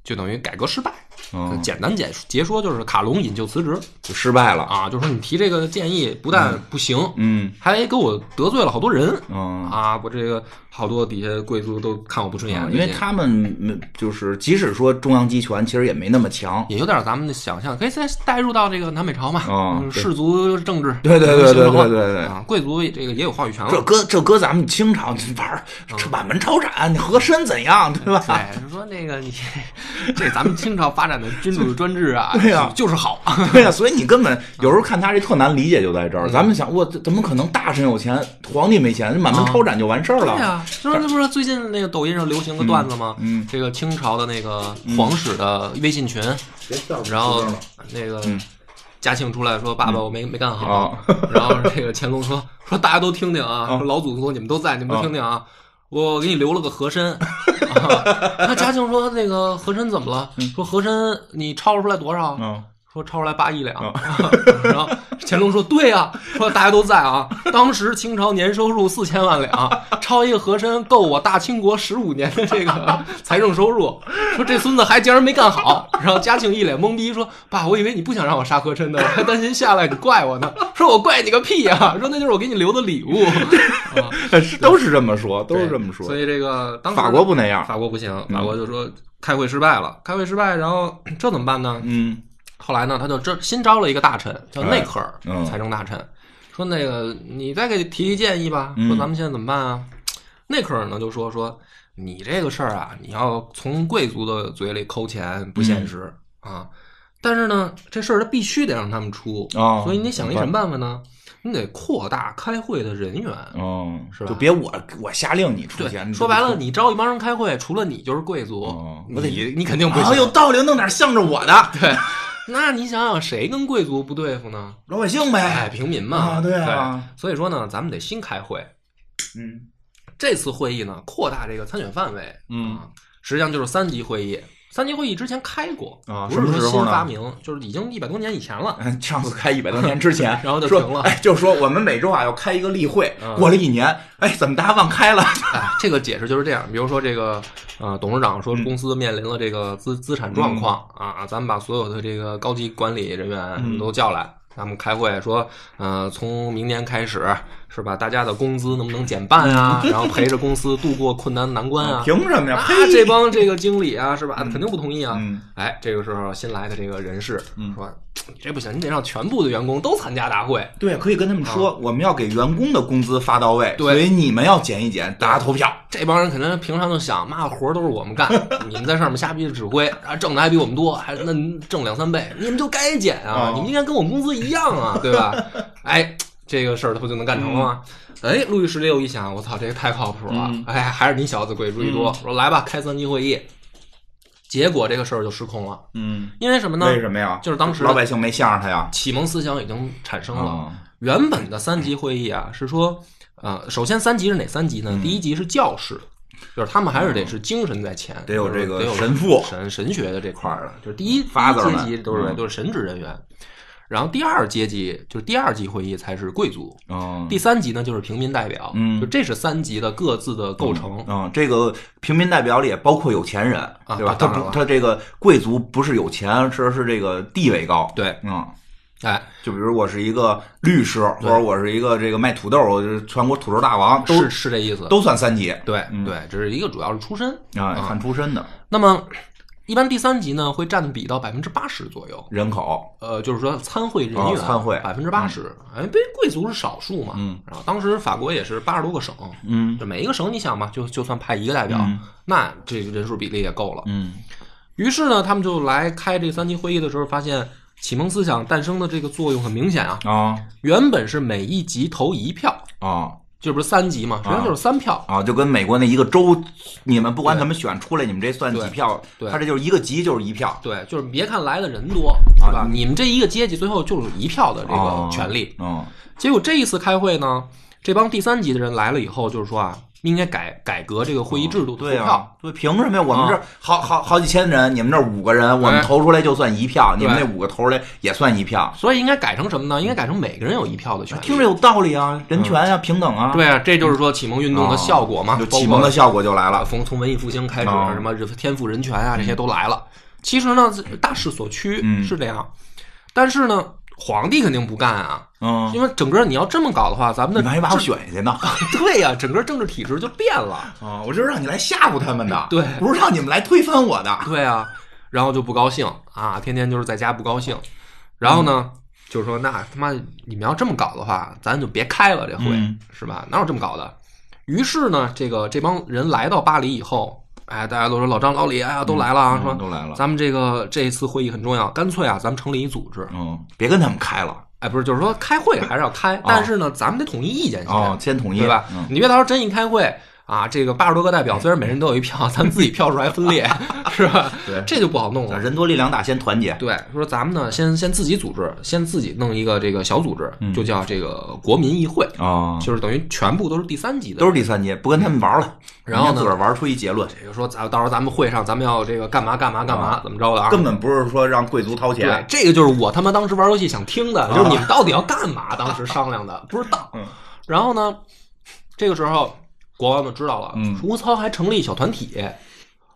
S2: 就等于改革失败。
S1: 嗯，
S2: 简单解解说就是卡隆引咎辞职
S1: 就失败了，
S2: 啊，就说你提这个建议不但不行，
S1: 嗯
S2: 还给我得罪了好多人
S1: 嗯。
S2: 啊！我这个好多底下贵族都看我不顺眼
S1: 啊，因
S2: 最
S1: 为
S2: 近
S1: 他们没就是，即使说中央集权，其实也没那么强。
S2: 也有点咱们的想象，可以再带入到这个南北朝嘛，
S1: 哦
S2: 就是
S1: 对
S2: 氏族政治，
S1: 对对对对对
S2: 形成了
S1: 对对对
S2: 啊，贵族这个也有话语权
S1: 这
S2: 了。
S1: 搁这搁咱们
S2: 嗯
S1: 清朝你玩儿这满门抄斩，你和珅怎样，对吧？
S2: 哎对，就说那个你 这咱们清朝发展的君主专制啊，
S1: 对啊
S2: 就是好。
S1: 对呀、所以你根
S2: 嗯
S1: 本有时候看他这特难理解，就在这儿。咱们想，我怎么可能大臣有钱，皇帝没钱，就满门抄斩就完事儿了？
S2: 嗯对啊，就是那不是最近那个抖音上流行个段子吗？
S1: 嗯嗯嗯
S2: 这个清朝的那个皇室的微信群，
S3: 别笑
S2: 然后那个
S1: 嗯
S2: 嘉庆出来说：“爸爸，我没没干好。
S1: 啊，
S2: 然后这个乾隆说：“说大家都听听啊，
S1: 啊
S2: 说老祖宗你们都在，你们
S1: 啊
S2: 都听听啊。”我给你留了个 和珅，啊那嘉庆说：“那个和珅怎么了？”说：“和珅，你抄出来多少？”
S1: 嗯，
S2: 说超出来八亿两，
S1: 哦
S2: 然后乾隆说：“对啊，说大家都在啊，当时清朝年收入四千万两，超一个和珅够我大清国十五年的这个财政收入。”说这孙子还竟然没干好，然后嘉庆一脸懵逼说：“爸，我以为你不想让我杀和珅呢，我还担心下来你怪我呢。”说：“我怪你个屁呀、说那就是我给你留的礼物。啊
S1: 哎是都是这么说， 都是这么说。
S2: 所以这个当时
S1: 法国不那样，
S2: 法国不行，法国就说开会失败了，开会失败，然后这怎么办呢？
S1: 嗯
S2: 后来呢，他就这新招了一个大臣，叫内科尔，
S1: 哎嗯
S2: 财政大臣，说那个你再给提提建议吧，
S1: 嗯
S2: 说咱们现在怎么办啊？内科尔呢就说说你这个事儿啊，你要从贵族的嘴里抠钱不现实、
S1: 嗯
S2: 啊，但是呢，这事儿他必须得让他们出，
S1: 啊，
S2: 所以你得想一
S1: 怎
S2: 什
S1: 么
S2: 么办法呢？你得扩大开会的人员。
S1: 哦，
S2: 是吧
S1: 就别我我下令你出钱，
S2: 对，
S1: 你
S2: 说白了，
S1: 就
S2: 你招一帮人开会，除了你就是贵族，
S1: 哦我得
S2: 你你肯定不
S1: 啊，
S2: 行。
S1: 有道理，弄点向着我的
S2: 对，那你想想，谁跟贵族不对付呢？
S1: 老百姓呗
S2: 哎，。平民嘛，
S1: 啊，
S2: 对
S1: 啊，
S2: 所以说呢，咱们得新开会。
S1: 嗯
S2: 这次会议呢，扩大这个参选范围，
S1: 嗯
S2: 啊，实际上就是三级会议。三级会议之前开过
S1: 啊
S2: 不是
S1: 什么时
S2: 说
S1: 候
S2: 新
S1: 呢
S2: 发明，就是已经一百多年以 前了。
S1: 嗯，上次开一百多年之前，
S2: 然后就
S1: 说
S2: 停 了
S1: 哎，就说我们每周啊要开一个例会
S2: 嗯，
S1: 过了一年，哎，怎么大家忘开了？
S2: 哎，这个解释就是这样，比如说这个，呃，董事长说
S1: 嗯
S2: 公司面临了这个资资产状况、啊，咱们把所有的这个高级管理人
S1: 嗯
S2: 员都叫来，咱们开会说，呃，从明年开始是吧？大家的工资能不能减半
S1: 嗯
S2: 啊？然后陪着公司度过困难难关啊？
S1: 凭什么呀？
S2: 啊，
S1: 呸！
S2: 这帮这个经理啊，是吧？肯定不同意啊。
S1: 嗯
S2: 哎，这个时候新来的这个人事、说：“你这不行，你得让全部的员工都参加大会。
S1: 对，可以跟他们说，我们要给员工的工资发到位，
S2: 啊对
S1: 所以你们要减一减，大家投票。”
S2: 这帮人肯定平常就想，妈活儿都是我们干， 你们在上面瞎逼指挥，然后挣的还比我们多，还那挣两三倍，你们就该减啊，
S1: 哦
S2: 你们应该跟我们工资一样啊，对 吧？哎，这个事儿他不就能干成了吗？哎，路易十六一想，我操，这个太靠谱了！
S1: 嗯
S2: 哎，还是你小子鬼主意多。我说来吧，开三级会议。结果这个事儿就失控了，
S1: 嗯，
S2: 因为什么呢？
S1: 为什么呀？
S2: 就是当时
S1: 老百姓没向着他呀。
S2: 启蒙思想已经产生了。
S1: 啊
S2: 原本的三级会议啊，是说，呃，首先三级是哪三级
S1: 嗯
S2: 呢？第一级是教士，就是他们还是得是精神在前，
S1: 得有
S2: 就是
S1: 这个
S2: 得有
S1: 神父
S2: 神神学的这块儿的，就是第一
S1: Father
S2: 阶
S1: 们
S2: 级都是
S1: 嗯
S2: 都是神职人员，然后第二阶级就是第二级会议才是贵族，
S1: 嗯，
S2: 第三级呢就是平民代表，
S1: 嗯
S2: 就这是三级的各自的构成，
S1: 嗯，这个平民代表里也包括有钱人，对吧？他
S2: 啊当然
S1: 不，
S2: 了
S1: 他这个贵族不是有钱，是是这个地位高。，
S2: 对，
S1: 嗯，
S2: 哎，
S1: 就比如我是一个律师，或者我是一个这个卖土豆，我就是全国土豆大王，都
S2: 是是这意思，
S1: 都算三级
S2: 对
S1: 嗯
S2: 对，这是一个主要是出身，
S1: 啊，看出身的
S2: 那么。一般第三级呢会占比到百分之八十左右，
S1: 人口，
S2: 呃，就是说参会人
S1: 哦
S2: 员，
S1: 参会
S2: 百分之八十，哎，被贵族是少数嘛，
S1: 嗯，
S2: 然后当时法国也是八十多个省，
S1: 嗯
S2: 就每一个省你想嘛，就就算派一个代表，
S1: 嗯
S2: 那这个人数比例也够了。
S1: 嗯
S2: 于是呢，他们就来开这三级会议的时候，发现启蒙思想诞生的这个作用很明显啊，
S1: 啊
S2: 原本是每一级投一票，
S1: 啊
S2: 这不是三级嘛，实际上就是三票，
S1: 啊，就跟美国那一个州，你们不管怎么选出来，你们这算几
S2: 对
S1: 票？
S2: 对
S1: 他这就是一个级就是一票，
S2: 对，就是别看来的人
S1: 啊
S2: 多，是吧？你们这一个阶级最后就是一票的这
S1: 哦
S2: 个权利，
S1: 嗯
S2: 结果这一次开会呢，这帮第三级的人来了以后，就是说啊，应该改改革这个会议制度的
S1: 对
S2: 投
S1: 啊
S2: 票。，
S1: 对，凭什么呀？我们这儿好好好几千人，你们这儿五个人，我们
S2: 啊哎
S1: 投出来就算一票，你们
S2: 对
S1: 那五个投出来也算一票，
S2: 所以应该改成什么呢？应该改成每个人有一票的权利。
S1: 听着有道理啊，人权啊，平等啊，
S2: 嗯对啊，这就是说启蒙运动的效果嘛，
S1: 就哦启蒙的效果就来
S2: 啊，
S1: 了。
S2: 从从文艺复兴开始，
S1: 啊
S2: 什么天赋人权啊，这些都来了。其实呢，大势所趋
S1: 嗯
S2: 是这样，但是呢，皇帝肯定不干啊，
S1: 嗯，
S2: 因为整个你要这么搞的话，咱们的
S1: 你万一把我选下去呢？
S2: 对呀、整个政治体制就变了。
S1: 啊，我就是让你来吓唬他们的，
S2: 对
S1: 不是让你们来推翻我的。
S2: 对啊，然后就不高兴啊，天天就是在家不高兴。然后
S1: 嗯
S2: 呢，就是说那他妈你们要这么搞的话，咱就别开了这会、
S1: 嗯
S2: 是吧？哪有这么搞的？于是呢，这个这帮人来到巴黎以后，哎，大家都说老张、老李，哎呀，都来了啊，说
S1: 嗯都来了，
S2: 咱们这个这一次会议很重要，干脆啊，咱们成立一组织，
S1: 嗯，别跟他们开了
S2: 哎，不是，就是说开会还是要开，但是呢，咱们得统一意见先，
S1: 哦，先统一
S2: 对吧？
S1: 嗯
S2: 你别到时候真一开会啊，这个八十多个代表，虽然每人都有一票，咱们自己票数还 分裂，是吧？
S1: 对
S2: 这就不好弄了。
S1: 人多力量大，先团结。
S2: 对，说咱们呢，先先自己组织，先自己弄一个这个小组织，
S1: 嗯
S2: 就叫这个国民议会，
S1: 哦，
S2: 就是等于全部都是第三级的，
S1: 都是第三阶，不跟他们玩了，
S2: 然后呢
S1: 人家自个儿玩出一结论，
S2: 比如说咱到时候咱们会上咱们要这个干嘛干嘛干嘛怎么着的啊？
S1: 根本不是说让贵族掏
S2: 对
S1: 钱，，
S2: 这个就是我他妈当时玩游戏想听的，就是你们到底要干嘛？当时商量的不知道
S1: 啊嗯。
S2: 然后呢，这个时候国王们知道了
S1: 嗯，
S2: 吴操还成立小团体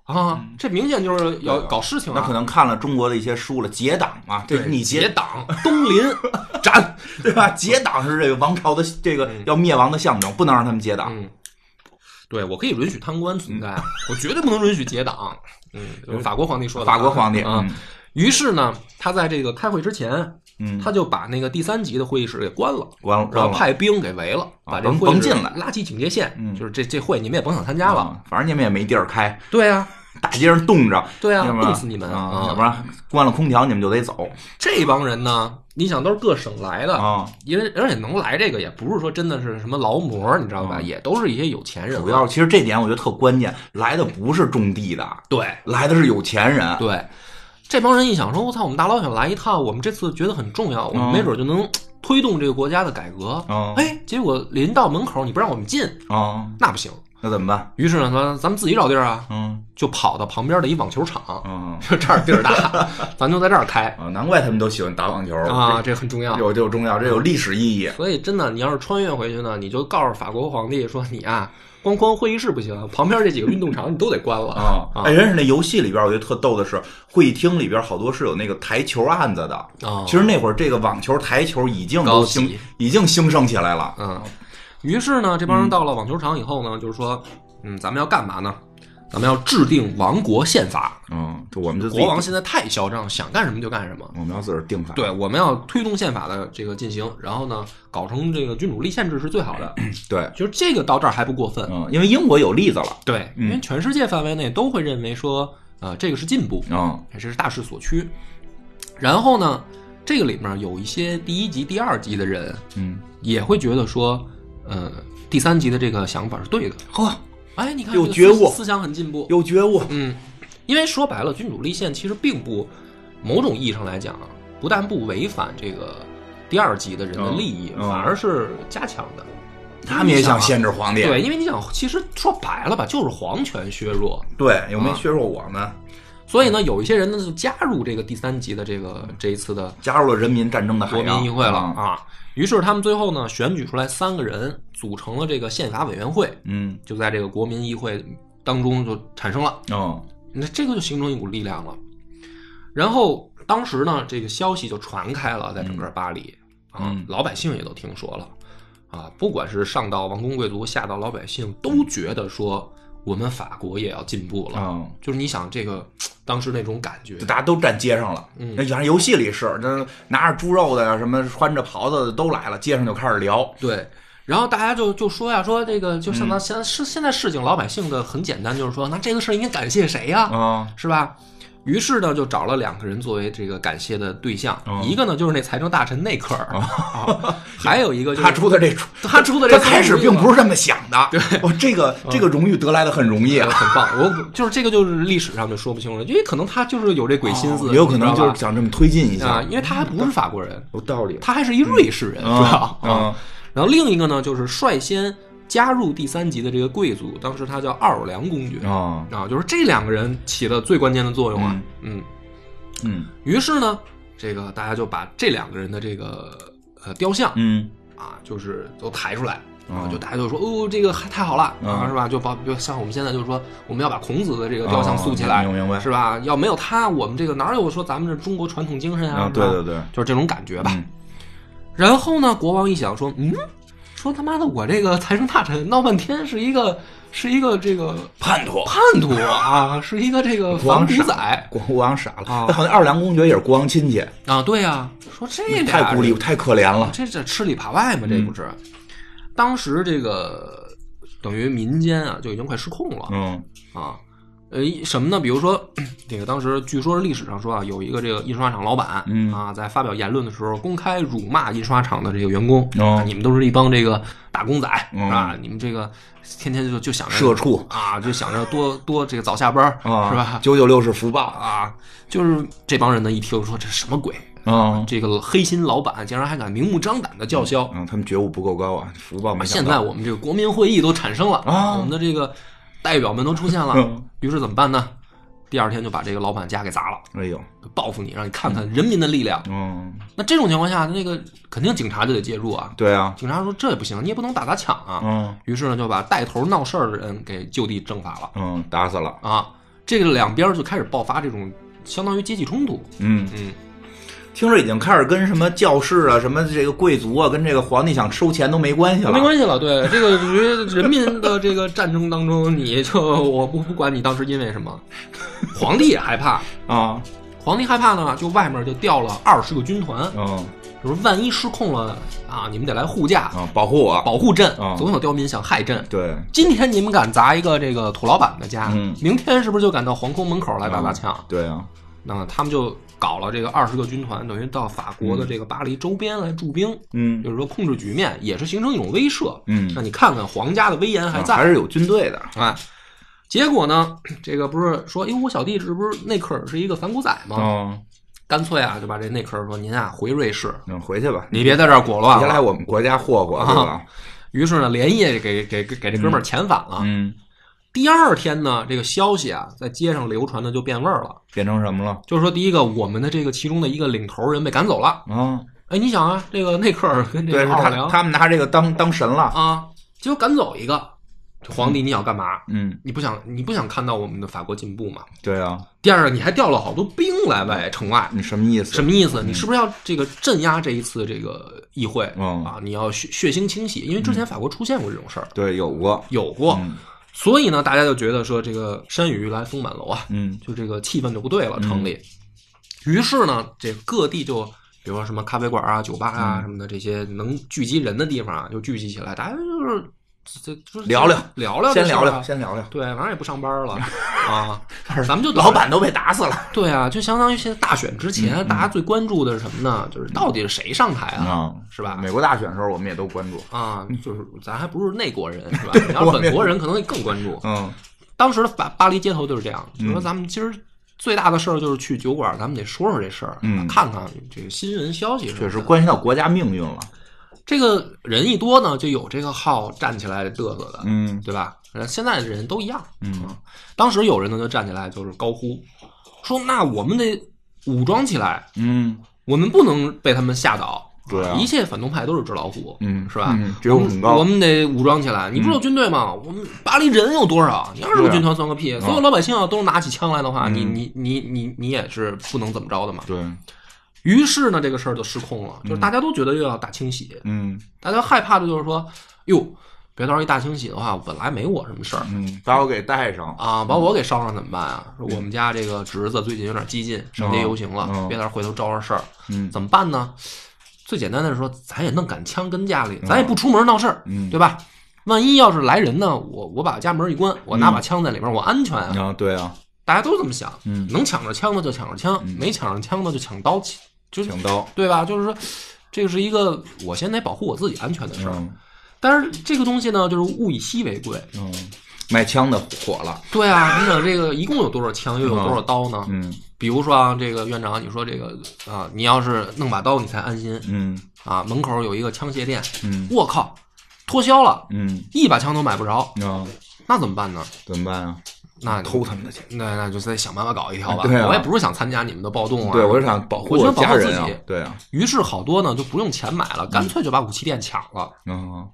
S2: 啊，这明显就是要搞事情
S1: 嗯那可
S2: 啊！
S1: 能看了中国的一些书了，结党嘛，这
S2: 对
S1: 你
S2: 结
S1: 结
S2: 党东林 斩，
S1: 对吧？结党是这个王朝的这个要灭亡的象征，不能让他们结党。
S2: 嗯。对，我可以允许贪官存
S1: 嗯
S2: 在， 我绝对不能允许结党。嗯，就是法国皇帝说的。
S1: 法国皇帝，
S2: 啊
S1: 嗯，
S2: 于是呢，他在这个开会之前，
S1: 嗯
S2: 他就把那个第三级的会议室给关了，
S1: 完了，
S2: 然
S1: 完
S2: 后
S1: 嗯了
S2: 派兵给围了，
S1: 啊
S2: 把这
S1: 甭
S2: 会议
S1: 甭
S2: 室
S1: 进来
S2: 拉起警戒线，
S1: 嗯
S2: 就是这这会你们也甭想参加了。
S1: 啊反正你们也没地儿开，
S2: 对啊，
S1: 大街上冻着，
S2: 对啊，
S1: 要不然
S2: 冻死你们
S1: 啊！要不！然关了空调，你们就得走
S2: 这帮人呢，你想都是各省来的，
S1: 啊！
S2: 因为而且能来这个也不是说真的是什么劳模，你知道吧？也都是一些有钱人
S1: 啊主。要其实这点我觉得特关键，来的不是种地的，
S2: 对
S1: 来的是有钱人，
S2: 对，这帮人一想说，我操，我们大老小来一趟，我们这次觉得很重要，我们
S1: 嗯
S2: 没准就能推动这个国家的改革。
S1: 嗯
S2: 哎，结果临到门口你不让我们进，
S1: 啊，
S2: 那不行。
S1: 那怎么办？
S2: 于是呢，咱咱们自己找地儿啊，
S1: 嗯
S2: 就跑到旁边的一网球场，
S1: 嗯
S2: 就这儿地 儿大，咱就在这儿开
S1: 啊，难怪他们都喜欢打网球
S2: 啊，，这很重要
S1: 这。嗯有这有重要，这有历史意义。
S2: 所以真的，你要是穿越回去呢，你就告诉法国皇帝说，你啊，光光会议室不行，旁边这几个运动场你都得关了
S1: 啊，
S2: 啊
S1: 哎，人是那游戏里边，我觉得特逗的是，会议厅里边好多是有那个台球案子的。
S2: 啊！
S1: 嗯其实那会儿这个网球、台球已经
S2: 高
S1: 都
S2: 级
S1: 兴，已经兴盛起来了。
S2: 嗯，于是呢，这帮人到了网球场以后呢，就是说，嗯，咱们要干嘛呢？咱们要制定亡国宪法。
S1: 嗯，就我们就自己
S2: 国王现在太嚣张，想干什么就干什么。
S1: 我们要自个儿定法。
S2: 对，我们要推动宪法的这个进行，然后呢，搞成这个君主立宪制是最好的。
S1: 对，
S2: 就是这个到这儿还不过分，
S1: 嗯，因为英国有例子了。
S2: 对，因为全世界范围内都会认为说，呃，这个是进步，
S1: 嗯
S2: 这是大势所趋。然后呢，这个里面有一些第一级、第二级的人
S1: 嗯，
S2: 也会觉得说，呃，第三级的这个想法是对的。
S1: 呵，
S2: 哎，你看
S1: 有
S2: 这个
S1: 觉悟
S2: 思思想很进步。
S1: 有觉悟。
S2: 嗯，因为说白了，君主立宪其实并不，某种意义上来讲啊，不但不违反这个第二级的人的
S1: 嗯
S2: 利益，
S1: 嗯
S2: 反而是加强的。
S1: 他们也想限制皇帝。
S2: 对，因为你想，其实说白了吧，就是皇权削弱。
S1: 对，有没
S2: 嗯
S1: 削弱我们？
S2: 所以呢，有一些人呢就加入这个第三级的这个这一次的
S1: 加入了人民战争的海
S2: 国
S1: 洋。
S2: 民议会了
S1: 嗯
S2: 啊。于是他们最后呢选举出来三个人，组成了这个宪法委员会，
S1: 嗯
S2: 就在这个国民议会当中就产生了。
S1: 哦
S2: 那这个就形成一股力量了。然后当时呢，这个消息就传开了，在整个巴黎、啊
S1: 嗯，
S2: 老百姓也都听说了啊，不管是上到王公贵族，下到老百姓，都觉得说我们法国也要进步了。
S1: 哦，
S2: 就是你想这个当时那种感觉
S1: 就，大家都站街上了。
S2: 嗯
S1: 那原来游戏里是，那拿着猪肉的呀，什么穿着袍子的都来了，街上就开始聊。
S2: 对，然后大家就就说呀，说这个就
S1: 嗯
S2: 相当现在是现在市井老百姓的很简单，就是说那这个事儿应该感谢谁呀，
S1: 啊
S2: 是吧？于是呢，就找了两个人作为这个感谢的对象，
S1: 嗯
S2: 一个呢就是那财政大臣内克尔，啊还有一个就是
S1: 哦他出的这出，
S2: 他出的这
S1: 他开始并 不是这么想的。对，哦，这个
S2: 嗯
S1: 这个荣誉得来的很容易
S2: 也
S1: 啊。
S2: 很棒，我就是这个就是历史上就说不清了，因为可能他就是有这鬼心思，
S1: 哦也有可能
S2: 你知道
S1: 就
S2: 吧
S1: 是想这么推进一下，，
S2: 啊因为他还不是法国人，
S1: 有道理。
S2: 他还是一瑞士人，主
S1: 嗯
S2: 要
S1: 嗯
S2: 啊。然后另一个呢，就是率先加入第三级的这个贵族，当时他叫奥尔良公爵
S1: 啊，
S2: 啊，就是这两个人起了最关键的作用啊。嗯，
S1: 嗯
S2: 于是呢，这个大家就把这两个人的这个呃雕像
S1: 嗯
S2: 啊，就是都抬出来。啊，
S1: 嗯
S2: 就大家就说哦，这个还太好了啊，
S1: 嗯
S2: 是吧？就把就像我们现在就是说，我们要把孔子的这个雕像
S1: 哦
S2: 塑起来，
S1: 明白明白
S2: 是吧？要没有他，我们这个哪有说咱们这中国传统精神啊？
S1: 啊，
S2: 是
S1: 对
S2: 吧
S1: 对对，
S2: 就是这种感觉吧。
S1: 嗯
S2: 然后呢，国王一想说，嗯，说他妈的，我这个财政大臣闹半天是一个是一个这个
S1: 叛徒。
S2: 叛徒啊，是一个这个
S1: 国
S2: 反
S1: 王
S2: 骨
S1: 傻
S2: 仔
S1: 国国王傻了，
S2: 啊
S1: 那好像二郎公爵也是国王亲戚，
S2: 啊，对啊，说这俩人
S1: 嗯太孤立，太可怜了。
S2: 哦这这吃里扒外嘛，这不是？
S1: 嗯
S2: 当时这个等于民间啊就已经快失控了
S1: 嗯
S2: 啊，呃，什么呢？比如说， 这个当时据说是历史上说啊，有一个这个印刷厂老板、
S1: 嗯
S2: 啊，在发表言论的时候，公开辱骂印刷厂的这个员工，
S1: 哦
S2: 啊你们都是一帮这个打工仔、
S1: 嗯
S2: 啊，你们这个天天就就想着
S1: 社畜
S2: 啊，就想着 多多这个早下班、
S1: 啊，
S2: 是吧？
S1: 九九六是福报
S2: 啊，就是这帮人呢一听说这什么鬼，
S1: 啊，
S2: 这个黑心老板竟然还敢明目张胆的叫嚣，
S1: 嗯，他们觉悟不够高啊，福报没想
S2: 现
S1: 到
S2: 在我们这个国民会议都产生了
S1: 啊
S2: 我们的这个代表们都出现了
S1: 嗯，
S2: 于是怎么办呢？第二天就把这个老板家给砸了，
S1: 哎呦，
S2: 报复你，让你看看人民的力量。
S1: 嗯，
S2: 那这种情况下，那个肯定警察就得介入啊。
S1: 对啊，
S2: 警察说这也不行，你也不能打砸抢啊。
S1: 嗯
S2: 于是呢，就把带头闹事儿的人给就地正法了
S1: 嗯，打死了，
S2: 啊。这个两边就开始爆发这种相当于阶级冲突。
S1: 嗯，
S2: 嗯，
S1: 听着已经开始跟什么教士啊、什么这个贵族啊、跟这个皇帝想收钱都没关系了，
S2: 没关系了。对这个，我觉得人民的这个战争当中，你就我不不管你当时因为什么，皇帝也害怕。
S1: 啊，
S2: 皇帝害怕呢，就外面就调了二十个军团，
S1: 嗯
S2: 就是万一失控了啊，你们得来护驾，
S1: 啊，保护我，
S2: 保护朕
S1: 啊，
S2: 总有刁民想害朕。
S1: 对，
S2: 今天你们敢砸一个这个土老板的家，
S1: 嗯
S2: 明天是不是就敢到皇宫门口来打砸抢？
S1: 对啊，
S2: 那他们就搞了这个二十个军团，等于到法国的这个巴黎周边来驻兵，
S1: 嗯
S2: 就是说控制局面，也是形成一种威慑。
S1: 嗯
S2: 让你看看皇家的威严还
S1: 啊
S2: 在
S1: 还是有军队的，
S2: 啊。结果呢，这个不是说，哎，我小弟这不是内克尔是一个反骨仔吗？
S1: 嗯，
S2: 干脆啊，就把这内克尔说：“您啊，回瑞士，
S1: 那回去吧，
S2: 你别在这儿裹乱
S1: 别来
S2: 了。
S1: 我们国家霍霍，对吧？”
S2: 于是呢，连夜给给给给这哥们儿遣返了。
S1: 嗯，
S2: 第二天呢，这个消息啊，在街上流传的就变味儿了。
S1: 变成什么了？
S2: 就是说，第一个，我们的这个其中的一个领头人被赶走了。
S1: 啊，
S2: 哎，你想啊，这个内克尔跟这
S1: 对，
S2: 个
S1: 是
S2: 奥尔
S1: 他
S2: 良
S1: 他们拿这个当当神了，
S2: 啊，结果赶走一个，这皇帝你想干嘛？
S1: 嗯，
S2: 你不想你不想看到我们的法国进步吗？
S1: 对啊，
S2: 第二个，你还调了好多兵来外城外，
S1: 你什么意思
S2: 什？么意思？你是不是要这个镇压这一次这个议会
S1: 嗯
S2: 啊？你要血血腥清洗，因为之前法国出现过这种事儿，
S1: 对，有过，
S2: 有过
S1: 嗯，
S2: 所以呢，大家就觉得说这个山雨欲来风满楼啊，
S1: 嗯
S2: 就这个气氛就不对了，城里。于是呢，这各地就比如说什么咖啡馆啊、酒吧
S1: 嗯
S2: 啊什么的，这些能聚集人的地方啊，就聚集起来，大家就是这就是
S1: 聊聊
S2: 聊聊这
S1: 先
S2: 事儿啊，
S1: 聊聊，先聊聊，
S2: 对，反正也不上班 了啊，咱们就
S1: 老板嗯都被打死了
S2: 对啊，就相当于现在大选之前，大家最关注的是什么呢？就是到底是谁上台啊？
S1: 啊，
S2: 是吧
S1: 美国大选的时候，我们也都关注，
S2: 啊，
S1: 嗯
S2: 就是咱还不是内国人是吧？你要是本国人，可能更关注。
S1: 嗯
S2: 当时的巴巴黎街头就是这样，就是说咱们其实最大的事儿就是去酒馆，咱们得说说这事儿，
S1: 嗯
S2: 看看这个新闻消息什么
S1: 确
S2: 的。
S1: 实关系到国家命运了，
S2: 这个人一多呢，就有这个好站起来嘚瑟的，
S1: 嗯
S2: 对吧？呃现在的人都一样。
S1: 嗯
S2: 当时有人呢就站起来，就是高呼说：“那我们得武装起来，
S1: 嗯
S2: 我们不能被他们吓倒。
S1: 对啊
S2: 一切反动派都是纸老虎，
S1: 嗯，
S2: 是吧？
S1: 嗯觉悟很高嗯
S2: 我，们得武装起来。你不是有军队吗？我们巴黎人有多少？你二十
S1: 对
S2: 个
S1: 啊嗯
S2: 军团算个屁！所有老百姓要都拿起枪来的话，你你你你你也是不能怎么着的嘛。
S1: 对，
S2: 于是呢，这个事儿就失控了，就是大家都觉得又要大清洗，
S1: 嗯
S2: 大家害怕的就是说，哟，别到时候一大清洗的话，本来没我什么事儿。
S1: 嗯，把我给带上，
S2: 啊，把我给捎上怎么办啊？说我们家这个侄子最近有点激进，上街游行了，
S1: 嗯
S2: 别到时候回头招上事儿，
S1: 嗯
S2: 怎么办呢？最简单的是说，咱也弄杆枪跟家里，咱也不出门闹事儿，
S1: 嗯
S2: 对吧？万一要是来人呢，我我把家门一关，我拿
S1: 嗯
S2: 把枪在里面，我安全啊！
S1: 啊，对啊，
S2: 大家都这么想，
S1: 嗯
S2: 能抢着枪的就抢着枪，没抢着枪的就抢刀，就是
S1: 抢刀，
S2: 对吧？就是说，这个是一个我先得保护我自己安全的事儿。
S1: 嗯
S2: 但是这个东西呢，就是物以稀为贵，
S1: 嗯，卖枪的火了，
S2: 对啊，你想这个一共有多少枪，又有多少刀呢？
S1: 嗯
S2: 比如说啊，这个院长，你说这个啊，你要是弄把刀，你才安心
S1: 嗯
S2: 啊。门口有一个枪械店，
S1: 嗯
S2: 我靠，脱销了，
S1: 嗯，
S2: 一把枪都买不着，
S1: 啊，
S2: 那怎么办呢？
S1: 怎么办啊？
S2: 那
S1: 偷他们的钱。
S2: 那那就再想办法搞一条吧。
S1: 对啊
S2: 我也不是想参加你们的暴动啊。
S1: 对，我是想保护
S2: 我觉得保护
S1: 家人啊
S2: 自己。
S1: 对啊，
S2: 于是好多呢就不用钱买了，干脆就把武器店抢了。
S1: 嗯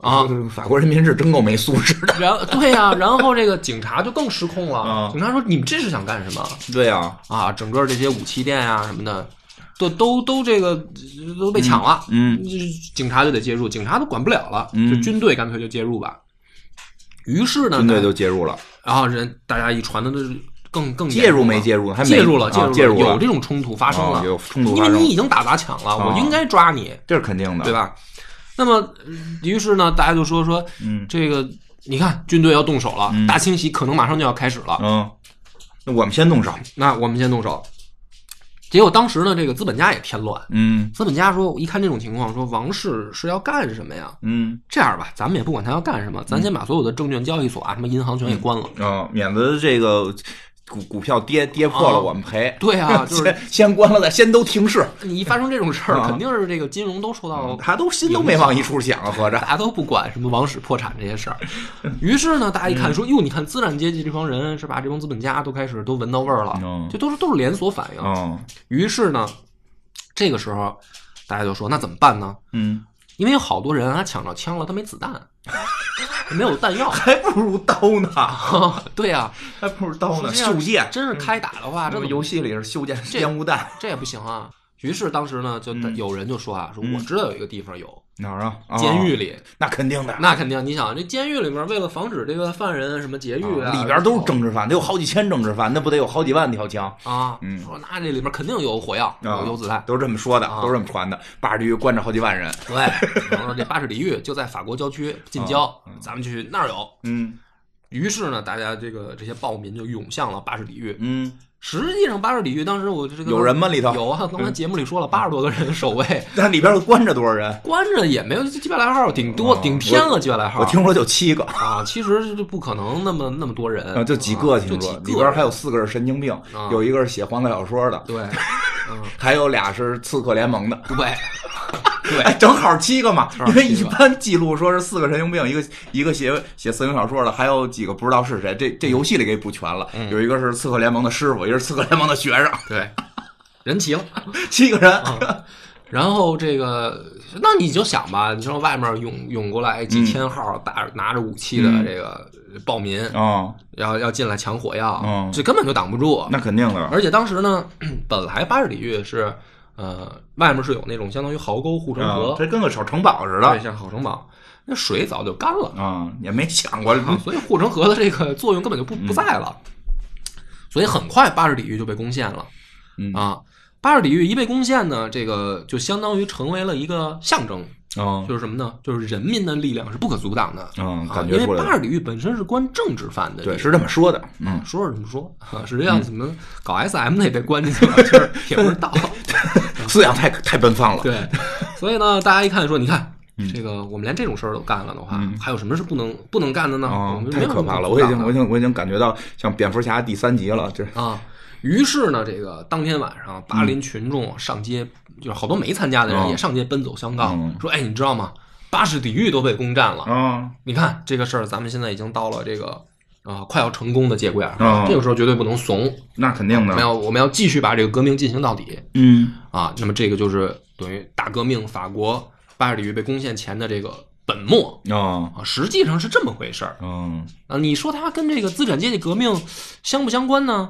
S2: 啊，
S1: 法国人民是真够没素质的。
S2: 然后 对呀、然后这个警察就更失控了。
S1: 啊
S2: 警察说：“你们这是想干什么？”
S1: 对啊，
S2: 啊，整个这些武器店啊什么的，都都都这个呃都被抢了，
S1: 嗯嗯
S2: 就是警察就得介入，警察都管不了了，
S1: 嗯
S2: 就军队干脆就介入吧。于是呢，
S1: 军队就介入了，
S2: 然后人大家一传的都是更更
S1: 介入
S2: 严重了
S1: 没介入？还没
S2: 介入了，
S1: 啊
S2: 介入了，
S1: 介入了
S2: 有这种冲突发生
S1: 啊
S2: 了，
S1: 有冲突
S2: 因
S1: 发
S2: 为
S1: 生
S2: 你已经打砸抢了，我
S1: 啊
S2: 应该抓你，
S1: 这是肯定的，
S2: 对？吧？那么，呃于是呢，大家就说说，
S1: 嗯
S2: 这个你看军队要动手了，
S1: 嗯
S2: 大清洗可能马上就要开始了，
S1: 嗯，那我们先动手。
S2: 那我们先动手。结果当时呢，这个资本家也添乱。
S1: 嗯
S2: 资本家说，一看这种情况，说王室是要干什么呀？
S1: 嗯，
S2: 这样吧，咱们也不管他要干什么，咱先把所有的证券交易所啊，什么银行全给关了。
S1: 哦，免得这个股股票跌跌破了，
S2: 哦
S1: 我们赔。
S2: 对啊，就是
S1: 先先关了再，先都停市，
S2: 你一发生这种事儿，
S1: 啊
S2: 肯定是这个金融都受到
S1: 他都心都没往一处想啊，合着
S2: 大家都不管什么王室破产这些事儿。于是呢，大家一看
S1: 嗯
S2: 说：“哟，你看资产阶级这帮人是吧？这帮资本家都开始都闻到味儿了
S1: 嗯，
S2: 这都是都是连锁反应。
S1: 嗯”
S2: 于是呢，这个时候大家就说：“那怎么办呢？
S1: 嗯，
S2: 因为有好多人啊抢着枪了，他没子弹， 没有弹药。
S1: 还不如刀呢，
S2: 对啊，
S1: 还不如刀呢，
S2: 是这样
S1: 袖箭。
S2: 真是开打的话，这
S1: 这
S2: 怎
S1: 个
S2: 么
S1: 游戏里是袖箭烟雾弹，
S2: 这也不行啊。”于是当时呢，就
S1: 嗯
S2: 有人就说啊，说我知道有一个地方有
S1: 哪儿 啊？
S2: 监狱
S1: 哦，
S2: 里，
S1: 那肯定的，
S2: 那肯定，你想这监狱里面为了防止这个犯人什么劫狱啊，
S1: 哦里边都是政治犯，得有好几千政治犯，那不得有好几万条枪？
S2: 啊，
S1: 嗯啊
S2: 说那这里面肯定有火药，有有子弹。
S1: 都是这么说的
S2: 啊，
S1: 都是这么传的。巴尔地狱关着好几万人，
S2: 对，然后说这巴士底狱就在法国郊区近
S1: 啊
S2: 郊，咱们去那儿有。
S1: 嗯
S2: 于是呢，大家这个这些暴民就涌向了巴士底狱。
S1: 嗯，
S2: 实际上，巴士底狱当时我这个
S1: 有人吗里头嗯
S2: 有啊，刚才节目里说了，八十多个人守卫，
S1: 那里边关着多少人？
S2: 关着也没有几百来号，顶多
S1: 哦
S2: 顶天了几百来号
S1: 我。听说就七个，
S2: 啊，其实就不可能那么那么多人
S1: 啊，，就几个
S2: 啊
S1: 听
S2: 就
S1: 说，
S2: 几啊
S1: 里边还
S2: 有
S1: 有四个是神经病，有一个是写黄色小说的，
S2: 对，嗯，
S1: 还有俩是刺客联盟的。
S2: 对，
S1: 哎，正好七个嘛，
S2: 正好
S1: 因为
S2: 七
S1: 一
S2: 个
S1: 般记录说是四个神经病，一个一个写写色情小说的，还有几个不知道是谁。这这游戏里给补全了，
S2: 嗯
S1: 有一个是刺客联盟的师傅，一个是刺客联盟的学生，
S2: 对，人齐了。
S1: 七个人。
S2: 啊然后这个，那你就想吧，你说外面涌涌过来
S1: 嗯
S2: 几千号打、拿着武器的这个暴民，
S1: 哦，
S2: 要要进来抢火药，
S1: 嗯
S2: 这根本就挡不住。
S1: 那肯定的。
S2: 而且当时呢， 本来巴士底狱是呃外面是有那种相当于壕沟护城河，
S1: 啊这跟个小城堡似
S2: 对，
S1: 的
S2: 像好城堡，那水早就干了，
S1: 啊，也没想过。
S2: 所以护城河的这个作用根本就不
S1: 嗯
S2: 不在了。所以很快巴士底狱就被攻陷了，
S1: 嗯
S2: 啊。巴士底狱一被攻陷呢，这个就相当于成为了一个象征，
S1: 哦，
S2: 就是什么呢？就是人民的力量是不可阻挡的。
S1: 嗯，
S2: 啊
S1: 感
S2: 因
S1: 觉
S2: 为
S1: 出来
S2: 巴
S1: 了。
S2: 尔底狱本身是关政治犯的地方，
S1: 对，嗯是这么说的。嗯，
S2: 说是这么说，啊实际上怎么搞 SM 那也被关进去了，就是也不知 道。
S1: 思想太太奔放了。
S2: 对，所以呢，大家一看说，你看。
S1: 嗯
S2: 这个我们连这种事儿都干了的话，还有什么是不能不能干的呢？我
S1: 啊
S2: 们，没
S1: 嗯太
S2: 有
S1: 可
S2: 什么
S1: 怕了！
S2: 阻
S1: 我已
S2: 挡
S1: 经，
S2: 的
S1: 我已经，我已经感觉到像蝙蝠侠第三集了。这
S2: 啊。于是呢，这个当天晚上，巴林群众上街，就是好多没参加的人
S1: 嗯
S2: 也上街奔走相告，
S1: 嗯
S2: 说：“哎，你知道吗？巴士底狱都被攻占了，
S1: 啊，
S2: 你看这个事儿，咱们现在已经到了这个啊、呃快要成功的节骨眼儿、
S1: 嗯
S2: 这个时候绝对不能怂，
S1: 那肯定
S2: 我们
S1: 的。
S2: 要我们要继续把这个革命进行到底
S1: 嗯
S2: 啊！那么这个就是等于大革命法国巴尔底狱被攻陷前的这个本末
S1: 啊，
S2: 啊，实际上是这么回事儿
S1: 嗯，
S2: 啊！你说它跟这个资产阶级革命相不相关呢？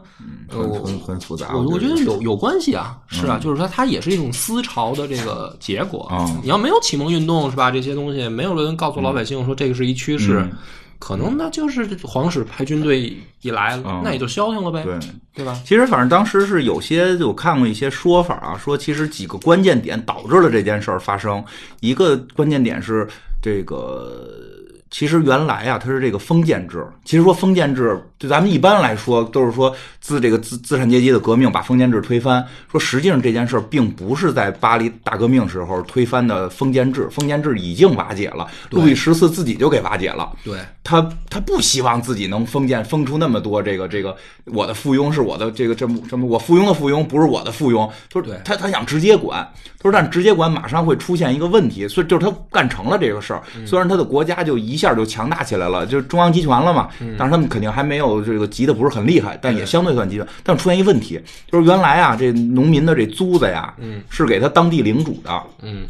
S2: 呃
S1: 很
S2: 我
S1: 很很复杂。
S2: 我我
S1: 我
S2: 觉得有有关系啊，是啊，
S1: 嗯
S2: 就是说它也是一种思潮的这个结果。
S1: 嗯
S2: 你要没有启蒙运动是吧？这些东西没有人告诉老百姓说这个是一趋势，
S1: 嗯
S2: 可能那就是皇室派军队一来，
S1: 嗯
S2: 那也就消停了呗，
S1: 对，
S2: 对吧？
S1: 其实反正当时是有些我看过一些说法啊，说其实几个关键点导致了这件事儿发生。一个关键点是这个，其实原来啊，它是这个封建制。其实说封建制，就咱们一般来说都是说自这个资资产阶级的革命把封建制推翻。说实际上这件事儿并不是在巴黎大革命时候推翻的封建制，封建制已经瓦解了，路易十四自己就给瓦解了。
S2: 对，
S1: 他他不希望自己能封建封出那么多这个这个我的附庸是我的这个这么什么我附庸的附庸不是我的附庸，他说
S2: 对
S1: 他他想直接管，他说但直接管马上会出现一个问题，所以就是他干成了这个事儿，
S2: 嗯
S1: 虽然他的国家就一下就强大起来了，就是中央集权了嘛，
S2: 嗯
S1: 但是他们肯定还没有这个急的不是很厉害，但也相对算集权，但出现一问题，就是原来啊这农民的这租子呀，
S2: 嗯
S1: 是给他当地领主的，
S2: 嗯，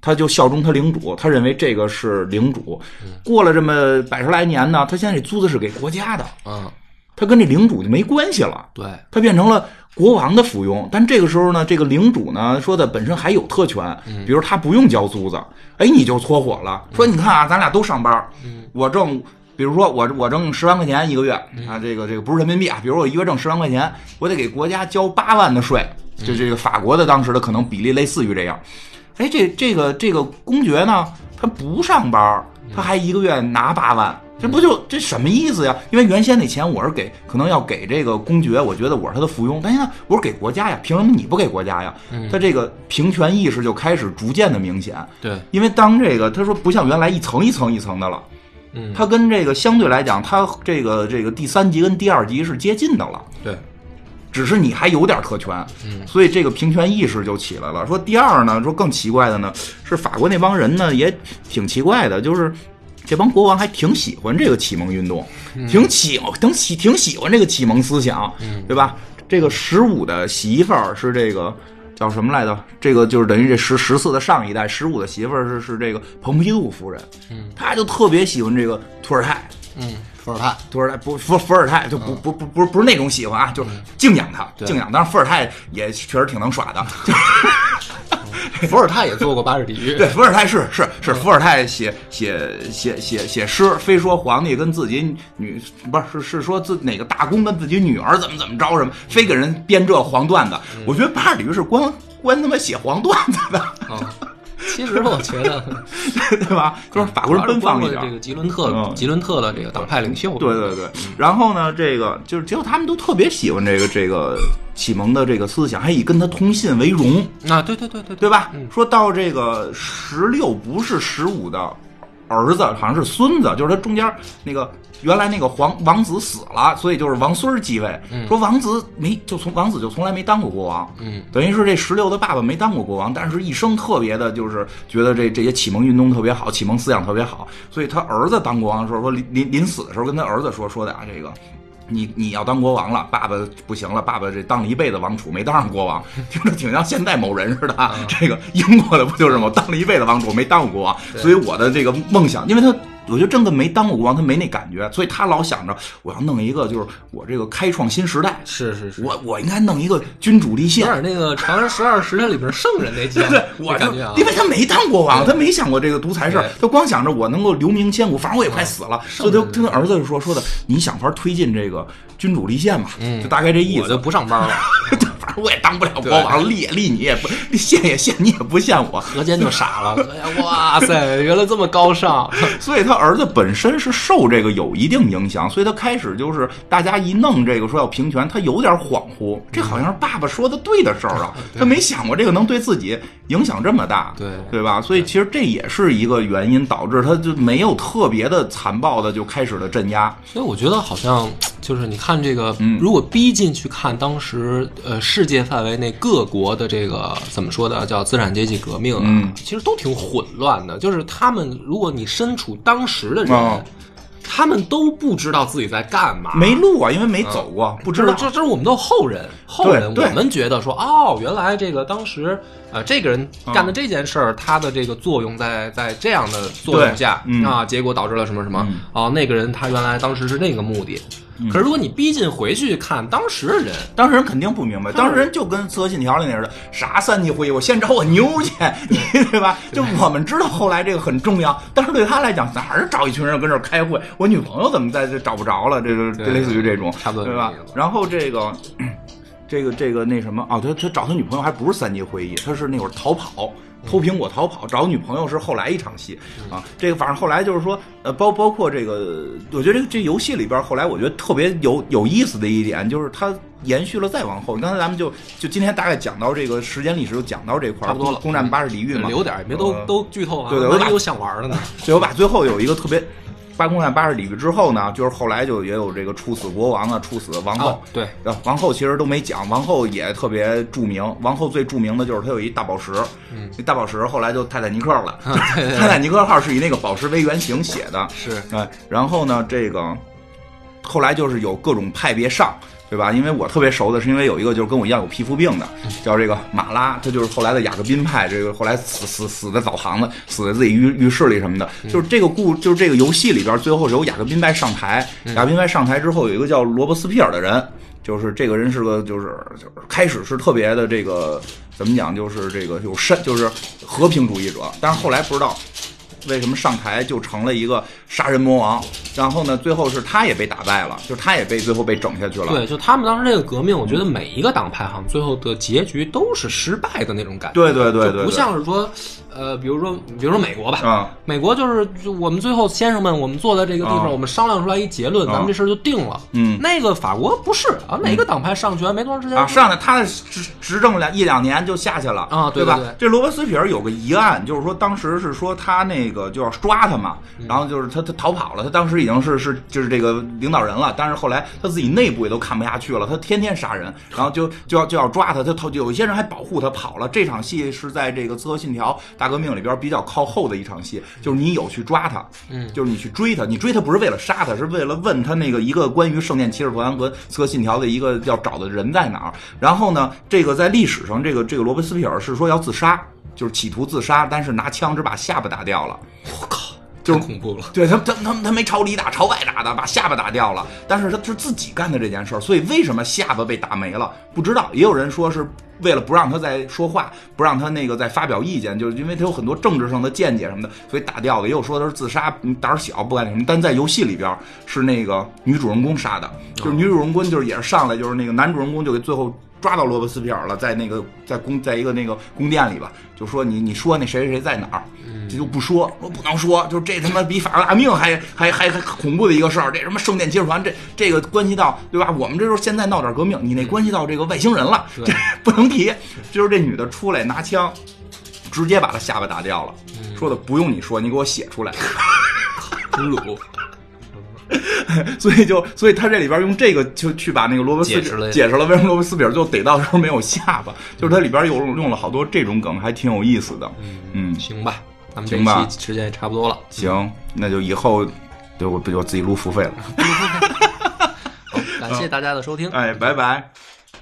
S1: 他就效忠他领主，他认为这个是领主。过了这么百十来年呢，他现在这租子是给国家的，
S2: 啊，
S1: 他跟这领主就没关系了，
S2: 对，
S1: 他变成了国王的附庸。但这个时候呢，这个领主呢说的本身还有特权，比如他不用交租子，哎，你就搓火了，说你看啊，咱俩都上班，我挣。比如说我我挣十万块钱一个月啊，这个这个不是人民币啊，比如我一个月挣十万块钱，我得给国家交八万的税，就这个法国的当时的可能比例类似于这样，哎，这这个这个公爵呢，他不上班儿，他还一个月拿八万，这不就这什么意思呀？因为原先那钱我是给可能要给这个公爵，我觉得我是他的附庸，但现在我是给国家呀，凭什么你不给国家呀？他这个平权意识就开始逐渐的明显，
S2: 对，
S1: 因为当这个他说不像原来一层一层一层的了，
S2: 嗯
S1: 他跟这个相对来讲，他这个这个第三集跟第二集是接近的了。
S2: 对，
S1: 只是你还有点特权，所以这个平权意识就起来了。说第二呢，说更奇怪的呢，是法国那帮人呢也挺奇怪的，就是这帮国王还挺喜欢这个启蒙运动，挺喜挺喜挺喜欢这个启蒙思想，对吧？这个十五的媳妇儿是这个。叫什么来着？这个就是等于这十十四的上一代，十五的媳妇儿是是这个蓬皮杜夫人，
S2: 嗯
S1: 她就特别喜欢这个土尔泰，
S2: 嗯，
S3: 伏 尔泰，
S1: 伏尔泰不伏伏尔泰就不不不不是不是那种喜欢啊，就是敬仰他，
S3: 对
S1: 敬仰。当然伏尔泰也确实挺能耍的，
S3: 伏尔泰也做过巴士底狱。
S1: 对，伏嗯尔泰是是是，伏尔泰写写写写写诗，非说皇帝跟自己女不是是是说自哪个大公跟自己女儿怎么怎么着什么，非给人编这黄段子。我觉得巴尔底于是光光他妈写黄段子的，
S2: 啊，
S3: 其实我觉得
S1: 对吧？就是法国人嗯奔放一点
S2: 这。个吉伦特，
S1: 嗯
S2: 吉伦特的这个党派领袖，啊
S1: 对对对，然后呢，这个就是结果他们都特别喜欢这个这个启蒙的这个思想，还以跟他通信为荣。
S2: 啊，对对对对
S1: 对
S2: 对，
S1: 吧？说到这个十六不是十五的儿子，好像是孙子，就是他中间那个原来那个皇王子死了，所以就是王孙儿继位。说王子没就从王子就从来没当过国王，
S2: 嗯，
S1: 等于是这十六的爸爸没当过国王，但是一生特别的就是觉得这这些启蒙运动特别好，启蒙思想特别好，所以他儿子当国王的时候，说临临临死的时候跟他儿子说说的啊这个。你你要当国王了，爸爸不行了，爸爸这当了一辈子王储，没当上国王，听着挺像现在某人似的啊。
S3: 嗯
S1: 这个英国的不就是吗？我当了一辈子王储，没当过国王，所以我的这个梦想，因为他我觉得郑根没当过国王，他没那感觉，所以他老想着我要弄一个，就是我这个开创新时代，
S3: 是是是，
S1: 我我应该弄一个君主立
S3: 有
S1: 宪。
S3: 点那个《长安十二时辰》里边圣人那劲儿，
S1: 对，我
S3: 那
S1: 就
S3: 感觉啊，
S1: 因为他没当国王，他没想过这个独裁事儿
S3: 对，嗯
S1: 他光想着我能够留名千古，反正我也快死了，所以他跟他儿子就说说的，你想法推进这个君主立宪嘛，
S3: 嗯
S1: 就大概这意
S2: 我就
S1: 思。
S2: 不上班了，
S1: 反正我也当不了国王，立也立你也不立宪也宪你也不宪我，
S2: 何坚就傻了，哎呀哇塞，原来这么高尚，
S1: 所以他儿子本身是受这个有一定影响，所以他开始就是大家一弄这个说要平权，他有点恍惚，这好像是爸爸说的对的事儿啊，他没想过这个能对自己影响这么大，
S2: 对
S1: 对吧？所以其实这也是一个原因，导致他就没有特别的残暴的就开始了镇压，
S2: 所以我觉得好像就是你看这个，如果逼进去看当时呃世界范围内各国的这个怎么说的叫资产阶级革命啊，
S1: 嗯
S2: 其实都挺混乱的。就是他们，如果你身处当时的人，
S1: 哦
S2: 他们都不知道自己在干嘛。
S1: 没路啊，因为没走过，不知
S2: 这
S1: 道。啊
S2: 这这是我们都是后人，后人
S1: 对
S2: 我们觉得说，哦，原来这个当时，呃，这个人
S1: 嗯
S2: 干的这件事儿，他的这个作用在在这样的作用下，
S1: 对嗯嗯
S2: 啊，结果导致了什么什么，哦，那个人他原来当时是那个目的，可是如果你逼近回去看当时的人，
S1: 当事人肯定不明白，当事人就跟《刺客信条》里那似的，啥三级会议，我先找我妞去，你对吧？就我们知道后来这个很重要，但是对他来讲，哪儿找一群人跟这儿开会？我女朋友怎么在这找不着了？这个
S2: 对
S1: 这类似于这种，
S2: 差不多
S1: 对吧
S2: 这个意思？
S1: 然后这个。这个这个那什么哦，他他找他女朋友还不是三级会议，他是那会儿逃跑偷苹果逃跑，找女朋友是后来一场戏
S2: 嗯
S1: 啊。这个反正后来就是说，呃，包包括这个，我觉得这个这游戏里边后来我觉得特别有有意思的一点就是它延续了再往后。刚才咱们就就今天大概讲到这个时间历史，就讲到这块儿，
S2: 差不多了嗯
S1: 攻占巴士底狱嘛，
S2: 留点儿，别都、
S1: 嗯
S2: 都剧透完
S1: 对
S2: 了，
S1: 对
S2: 万
S1: 我把
S2: 一有想玩的呢，
S1: 所以我把最后有一个特别。八公战巴士底狱之后呢，就是后来就也有这个处死国王啊，处死王后，
S2: 哦对
S1: 呃，王后其实都没讲，王后也特别著名。王后最著名的就是她有一大宝石，嗯，那大宝石后来就泰坦尼克了。 泰坦尼克号是以那个宝石为原型写的，
S2: 是
S1: 哎，然后呢，这个后来就是有各种派别上，对吧？因为我特别熟的是，因为有一个就是跟我一样有皮肤病的，叫这个马拉，他就是后来的雅各宾派，这个后来死死死在澡堂子，死在自己浴浴室里什么的。就是这个故，就是这个游戏里边，最后是由雅各宾派上台，雅各宾派上台之后，有一个叫罗伯斯庇尔的人。就是这个人是个，就是就是开始是特别的这个怎么讲，就是这个有善，就是和平主义者，但是后来不知道为什么上台就成了一个杀人魔王？然后呢，最后是他也被打败了，就是他也被最后被整下去了。
S2: 对，就他们当时这个革命，我
S1: 嗯
S2: 觉得每一个党派好像最后的结局都是失败的那种感觉。
S1: 对对对对
S2: 就不
S1: 对
S2: 像是说，呃，比如说比如说美国吧，
S1: 啊，
S2: 美国就是就我们最后先生们，我们坐在这个地方，
S1: 啊
S2: 我们商量出来一结论，
S1: 啊
S2: 咱们这事儿就定了。
S1: 嗯
S2: 那个法国不是啊，哪个党派上权没多长时间
S1: 啊，上来他执执政两一两年就下去了
S2: 啊对
S1: 对吧
S2: 对对？
S1: 这罗伯斯皮尔有个疑案，就是说当时是说他那个就要抓他嘛，
S2: 嗯
S1: 然后就是他他逃跑了，他当时已经是是就是这个领导人了，但是后来他自己内部也都看不下去了，他天天杀人，然后就就要就要抓他，他他有一些人还保护他跑了。这场戏是在这个《刺客信条：大革命》里边比较靠后的一场戏，就是你有去抓他，
S2: 嗯
S1: 就是你去追他，你追他不是为了杀他，是为了问他那个一个关于圣殿骑士团和刺客信条的一个要找的人在哪儿。然后呢，这个在历史上，这个这个罗伯斯皮尔是说要自杀，就是企图自杀，但是拿枪只把下巴打掉了。就是
S3: 太恐 怖了。
S1: 对他，他他他没朝里打，朝外打的，把下巴打掉了。但是他是自己干的这件事儿，所以为什么下巴被打没了，不知道。也有人说是为了不让他再说话，不让他那个再发表意见，就是因为他有很多政治上的见解什么的，所以打掉的。也有说他是自杀，嗯胆儿小不干那什么。但在游戏里边儿是那个女主人公杀的，就是女主人公就是也是上来就是那个男主人公就给最后抓到罗伯斯皮尔了，在那个在宫在一个那个宫殿里吧，就说你你说那谁谁谁在哪儿，这就不说，我不能说，就是这他妈比法国大啊命还还还还恐怖的一个事儿，这什么圣殿骑士团，这这个关系到对吧？我们这就是现在闹点革命，你那关系到这个外星人了，这不能提。就是这女的出来拿枪，直接把他下巴打掉了，说的不用你说，你给我写出来。
S3: 真鲁，
S1: 所以就所以他这里边用这个就去把那个罗伯斯
S3: 解释了
S1: 解释了为什么罗伯斯比尔就逮到的时候没有下巴，就是它里边有用了好多这种梗，还挺有意思的。嗯，
S3: 行吧，
S2: 咱们
S1: 行吧
S2: 这期时间也差不多了，
S1: 行，那就以后对我我自己录付费了。 啊
S2: 感谢大家的收听。
S1: 哎，拜拜。